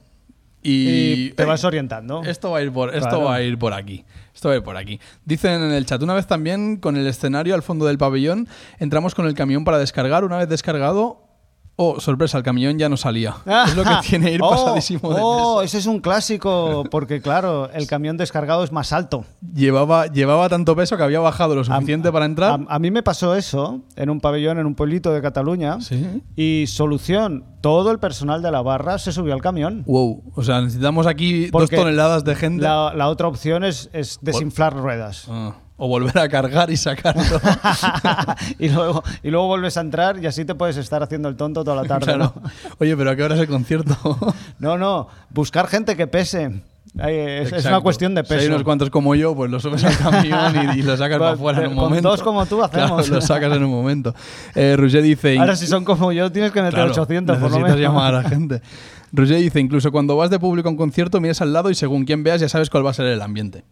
A: Y, eh,
C: Y te
A: "Ey,
C: vas orientando.
A: esto va a ir por, esto
C: Claro.
A: va a ir por aquí. Esto va a ir por aquí. Dicen en el chat, una vez también con el escenario al fondo del pabellón, entramos con el camión para descargar. Una vez descargado, oh, sorpresa, el camión ya no salía. Es lo que tiene ir
C: Oh,
A: pasadísimo de
C: Oh,
A: peso.
C: ese es un clásico, porque claro, el camión descargado es más alto.
A: Llevaba, llevaba tanto peso que había bajado lo suficiente para entrar.
C: A, a mí me pasó eso en un pabellón en un pueblito de Cataluña.
A: Sí.
C: Y solución, todo el personal de la barra se subió al camión.
A: Wow. O sea, necesitamos aquí
C: Porque
A: dos toneladas de gente.
C: La, la otra opción es, es desinflar ruedas.
A: Ah, o volver a cargar y sacarlo.
C: y, luego, y luego vuelves a entrar y así te puedes estar haciendo el tonto toda la tarde.
A: Claro.
C: ¿no?
A: Oye, pero ¿a qué hora es el concierto?
C: no, no, buscar gente que pese. Ay, Es, es una
A: Exacto.
C: cuestión de
A: Si hay
C: peso.
A: unos cuantos como yo, pues los subes al camión y, y lo sacas
C: Con-
A: para afuera en un
C: con
A: momento.
C: dos como tú hacemos.
A: Claro, lo sacas en un momento. Eh, Roger dice...
C: Ahora si son como yo tienes que meter
A: Claro,
C: 800 por lo
A: necesitas
C: menos.
A: llamar a la gente. Roger dice, incluso cuando vas de público a un concierto, miras al lado y según quién veas ya sabes cuál va a ser el ambiente.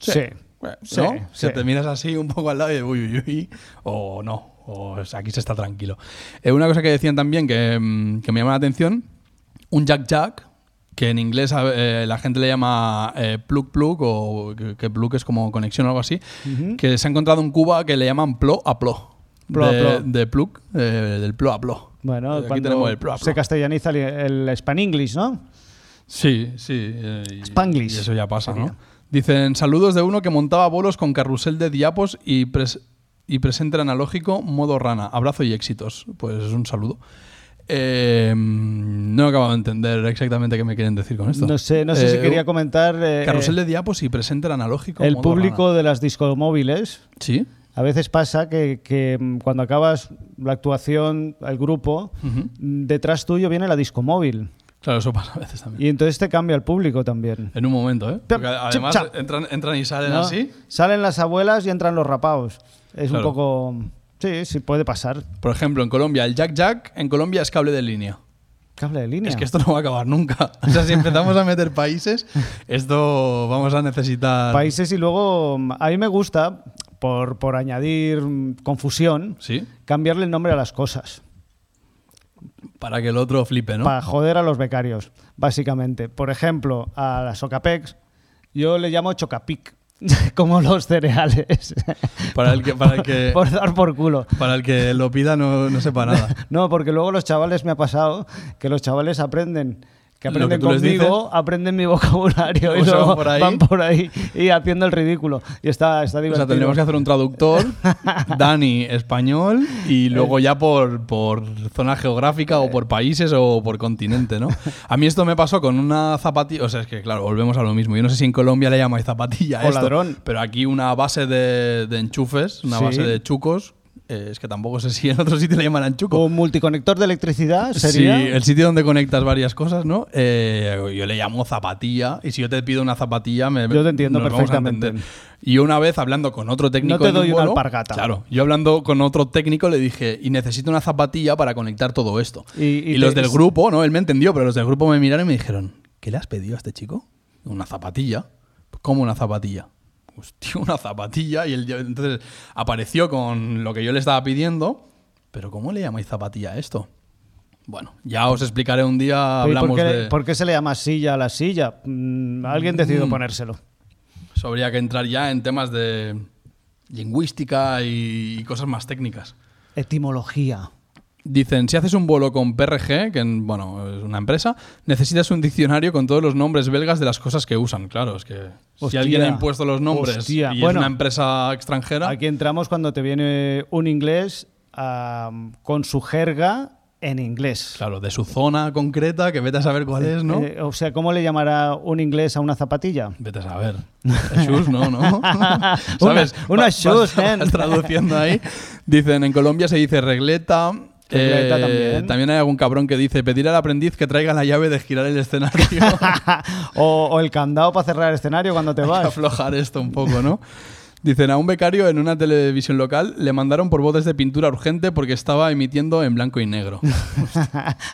C: Sí.
A: Bueno, ¿no?
C: Sí,
A: Si
C: sí.
A: te miras así un poco al lado y uy, uy, uy, o no, o es- aquí se está tranquilo. Eh, una cosa que decían también que, mm, que me llama la atención, un Jack Jack, que en inglés a- eh, la gente le llama eh, plug plug, o que, que plug es como conexión o algo así, que se ha encontrado en Cuba que le llaman plo a plo.
C: Plo a
A: de,
C: plo.
A: de plug, eh, del plo a plo.
C: Bueno,
A: Eh, aquí
C: cuando
A: tenemos el plo a plo.
C: se castellaniza el, el Span English, ¿no?
A: Sí, sí. eh, y-
C: Spanglish.
A: Y eso ya pasa,
C: Sería.
A: ¿no? Dicen saludos de uno que montaba bolos con carrusel de diapos y, pres- y presenter analógico modo rana. Abrazo y éxitos. Pues es un saludo. Eh, no acabo de entender exactamente qué me quieren decir con esto.
C: No sé, no sé si
A: Eh,
C: quería comentar eh,
A: Carrusel de diapos y presenter analógico.
C: el
A: modo
C: público
A: rana.
C: de las discomóviles.
A: Sí.
C: A veces pasa que, que, mm, cuando acabas la actuación, el grupo,
A: Ujú.
C: mm, detrás tuyo viene la discomóvil.
A: Claro, eso pasa a veces también.
C: Y entonces te cambia el público también.
A: En un momento, ¿eh? Porque
C: Chap,
A: además
C: chap.
A: entran, entran y salen
C: ¿no?
A: así.
C: Salen las abuelas y entran los rapados. Es
A: Claro.
C: un poco... mm, Sí, sí, puede pasar.
A: Por ejemplo, en Colombia, el Jack Jack en Colombia es cable de línea.
C: Cable de línea.
A: Es que esto no va a acabar nunca. O sea, si empezamos a meter países, esto vamos a necesitar.
C: Países y luego, mm, a mí me gusta, por, por añadir mm, confusión,
A: Sí,
C: cambiarle el nombre a las cosas.
A: para que el otro flipe, ¿no?
C: Para joder a los becarios, básicamente. Por ejemplo, a las Socapex, yo le llamo Chocapic, como los cereales.
A: Para el que, para el que,
C: por dar por culo.
A: para el que lo pida no, no sepa nada.
C: No, porque luego los chavales me ha pasado que los chavales aprenden. Que
A: Lo que
C: aprenden
A: tú les
C: conmigo,
A: dices.
C: aprenden mi vocabulario y
A: Luego se van
C: luego
A: por ahí.
C: van por ahí y haciendo el ridículo. Y está, está
A: O sea,
C: divertido.
A: tendríamos que hacer un traductor, Dani español,
C: Eh.
A: y luego ya por, por zona geográfica o por países o por continente, ¿no? A mí esto me pasó con una zapatilla, o sea, es que claro, volvemos a lo mismo. Yo no sé si en Colombia le llamáis zapatilla a
C: O
A: esto,
C: ladrón.
A: pero aquí una base de, de enchufes, una
C: Sí.
A: base de chucos, eh, es que tampoco sé si en otro sitio le llamarán chuco.
C: Un multiconector de electricidad sería.
A: Sí, el sitio donde conectas varias cosas, ¿no? Eh, yo le llamo zapatilla y si yo te pido una zapatilla me
C: Yo te entiendo
A: nos vamos a
C: perfectamente.
A: entender. Y yo una vez hablando con otro técnico
C: No te
A: en un
C: doy una
A: vuelo-
C: alpargata.
A: Claro, yo hablando con otro técnico le dije, "Y necesito una zapatilla para conectar todo esto."
C: Y-
A: Y,
C: y
A: los
C: te-
A: del grupo, no, él me entendió, pero los del grupo me miraron y me dijeron, "¿Qué le has pedido a este chico? Una zapatilla? ¿Cómo una zapatilla?" Hostia, pues, una zapatilla y él ya- entonces apareció con lo que yo le estaba pidiendo, pero ¿cómo le llamáis zapatilla a esto? Bueno, ya os explicaré un día,
C: Oye, ¿por
A: hablamos
C: qué,
A: de...
C: por qué se le llama silla a la silla? Mm, alguien decidió ponérselo.
A: Eso habría que entrar ya en temas de lingüística y, y cosas más técnicas.
C: Etimología.
A: Dicen, si haces un vuelo con PRG, que en- bueno, es una empresa, necesitas un diccionario con todos los nombres belgas de las cosas que usan. Claro, es que si
C: Hostia.
A: alguien ha impuesto los nombres
C: Hostia.
A: y
C: Bueno.
A: es una empresa extranjera,
C: Aquí entramos cuando te viene un inglés ah, con su jerga en inglés.
A: claro, de su zona concreta, que vete a saber cuál es, ¿no?
C: Eh, o sea, ¿cómo le llamará un inglés a una zapatilla?
A: Vete a saber. Shoes, no, ¿no? ¿Sabes?
C: una
A: Vas-
C: shoes,
A: vas-
C: man.
A: vas traduciendo ahí. Dicen, en Colombia se dice regleta.
C: Regleta
A: Eh,
C: también.
A: hay algún cabrón que dice pedir al aprendiz que traiga la llave de girar el escenario. Hay
C: o, o el candado para cerrar el escenario cuando te
A: que
C: vas.
A: aflojar esto un poco, ¿no? Dicen, a un becario en una televisión local le mandaron por botes de pintura urgente porque estaba emitiendo en blanco y negro.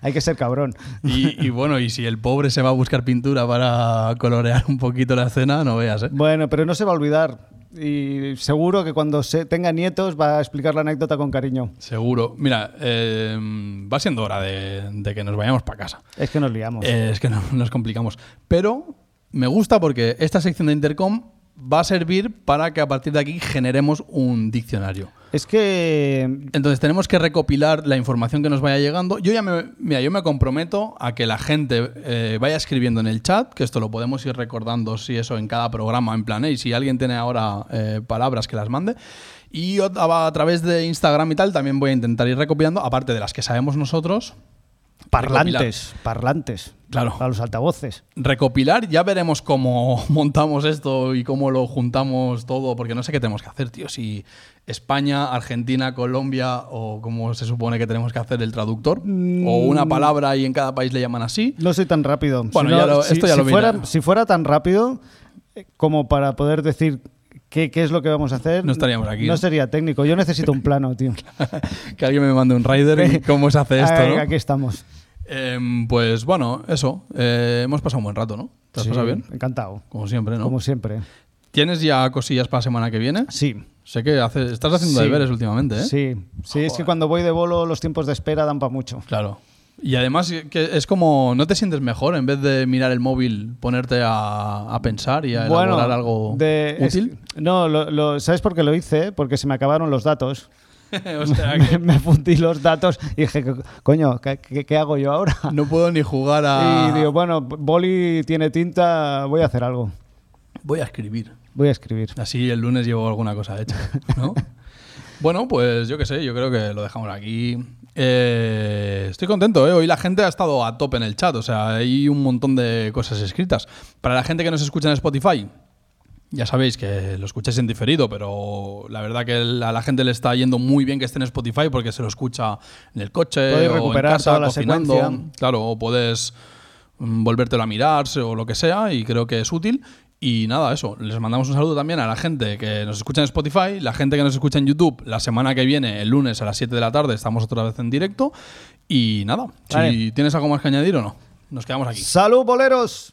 C: Hay que ser cabrón.
A: Y, y bueno, y si el pobre se va a buscar pintura para colorear un poquito la escena, no veas, ¿eh?
C: Bueno, pero no se va a olvidar. Y seguro que cuando se tenga nietos va a explicar la anécdota con cariño.
A: Seguro. Mira, eh, va siendo hora de, de que nos vayamos para casa.
C: Es que nos liamos.
A: Eh, es que no- nos complicamos. Pero me gusta porque esta sección de Intercom va a servir para que a partir de aquí generemos un diccionario.
C: Es que
A: Entonces tenemos que recopilar la información que nos vaya llegando. Yo ya me, mira, yo me comprometo a que la gente eh, vaya escribiendo en el chat, que esto lo podemos ir recordando si eso en cada programa, en plan, y si alguien tiene ahora eh, palabras que las mande. Y yo a, a través de Instagram y tal también voy a intentar ir recopilando, aparte de las que sabemos nosotros.
C: parlantes, parlantes.
A: Claro.
C: A los altavoces.
A: Recopilar, ya veremos cómo montamos esto y cómo lo juntamos todo, porque no sé qué tenemos que hacer, tío. Si España, Argentina, Colombia, o cómo se supone que tenemos que hacer el traductor,
C: Mm.
A: o una palabra y en cada país le llaman así.
C: No soy tan rápido.
A: Bueno,
C: Si no-
A: ya lo-
C: si-
A: esto ya
C: si
A: lo
C: fuera,
A: miraré.
C: si fuera tan rápido eh, como para poder decir qué, qué es lo que vamos a hacer,
A: No estaríamos aquí,
C: No,
A: ¿no?
C: sería técnico. Yo necesito un plano, tío.
A: que alguien me mande un rider y cómo se hace esto,
C: Ay,
A: ¿no?
C: Aquí estamos.
A: Em, pues bueno, eso. Eh, hemos pasado un buen rato, ¿no? ¿Te has
C: Sí,
A: pasado bien?
C: Encantado.
A: Como siempre, ¿no?
C: Como siempre.
A: ¿Tienes ya cosillas para la semana que viene?
C: Sí.
A: Sé que hace- estás haciendo
C: Sí.
A: deberes últimamente, ¿eh?
C: Sí, sí es que
A: Joder.
C: cuando voy de bolo los tiempos de espera dan para mucho.
A: Claro. Y además que es como, ¿no te sientes mejor en vez de mirar el móvil, ponerte a, a pensar y a elaborar algo
C: de- es-
A: útil?
C: no, lo, lo- ¿sabes por qué lo hice? Porque se me acabaron los datos.
A: o sea
C: Me,
A: que
C: me fundí los datos y dije, "Co- coño, ¿qué, qué- qué hago yo ahora?
A: no puedo ni jugar a...
C: Y digo, bueno, boli tiene tinta, voy a hacer algo.
A: Voy a escribir.
C: Voy a escribir.
A: Así el lunes llevo alguna cosa hecha, ¿no? bueno, pues yo qué sé, yo creo que lo dejamos aquí. Eh, estoy contento, ¿eh? Hoy la gente ha estado a tope en el chat, o sea, hay un montón de cosas escritas. Para la gente que nos escucha en Spotify, ya sabéis que lo escucháis en diferido, pero la verdad que el- a la gente le está yendo muy bien que esté en Spotify porque se lo escucha en el coche, o
C: Podéis
A: en
C: recuperar
A: casa,
C: toda la
A: cocinando.
C: secuencia.
A: Claro, o puedes mm, volvértelo a mirar o lo que sea y creo que es útil. Y nada, eso. Les mandamos un saludo también a la gente que nos escucha en Spotify, la gente que nos escucha en YouTube. La semana que viene, el lunes a las 7 de la tarde, estamos otra vez en directo. Y nada,
C: Vale.
A: si tienes algo más que añadir o no, nos quedamos aquí.
C: ¡Salud, boleros!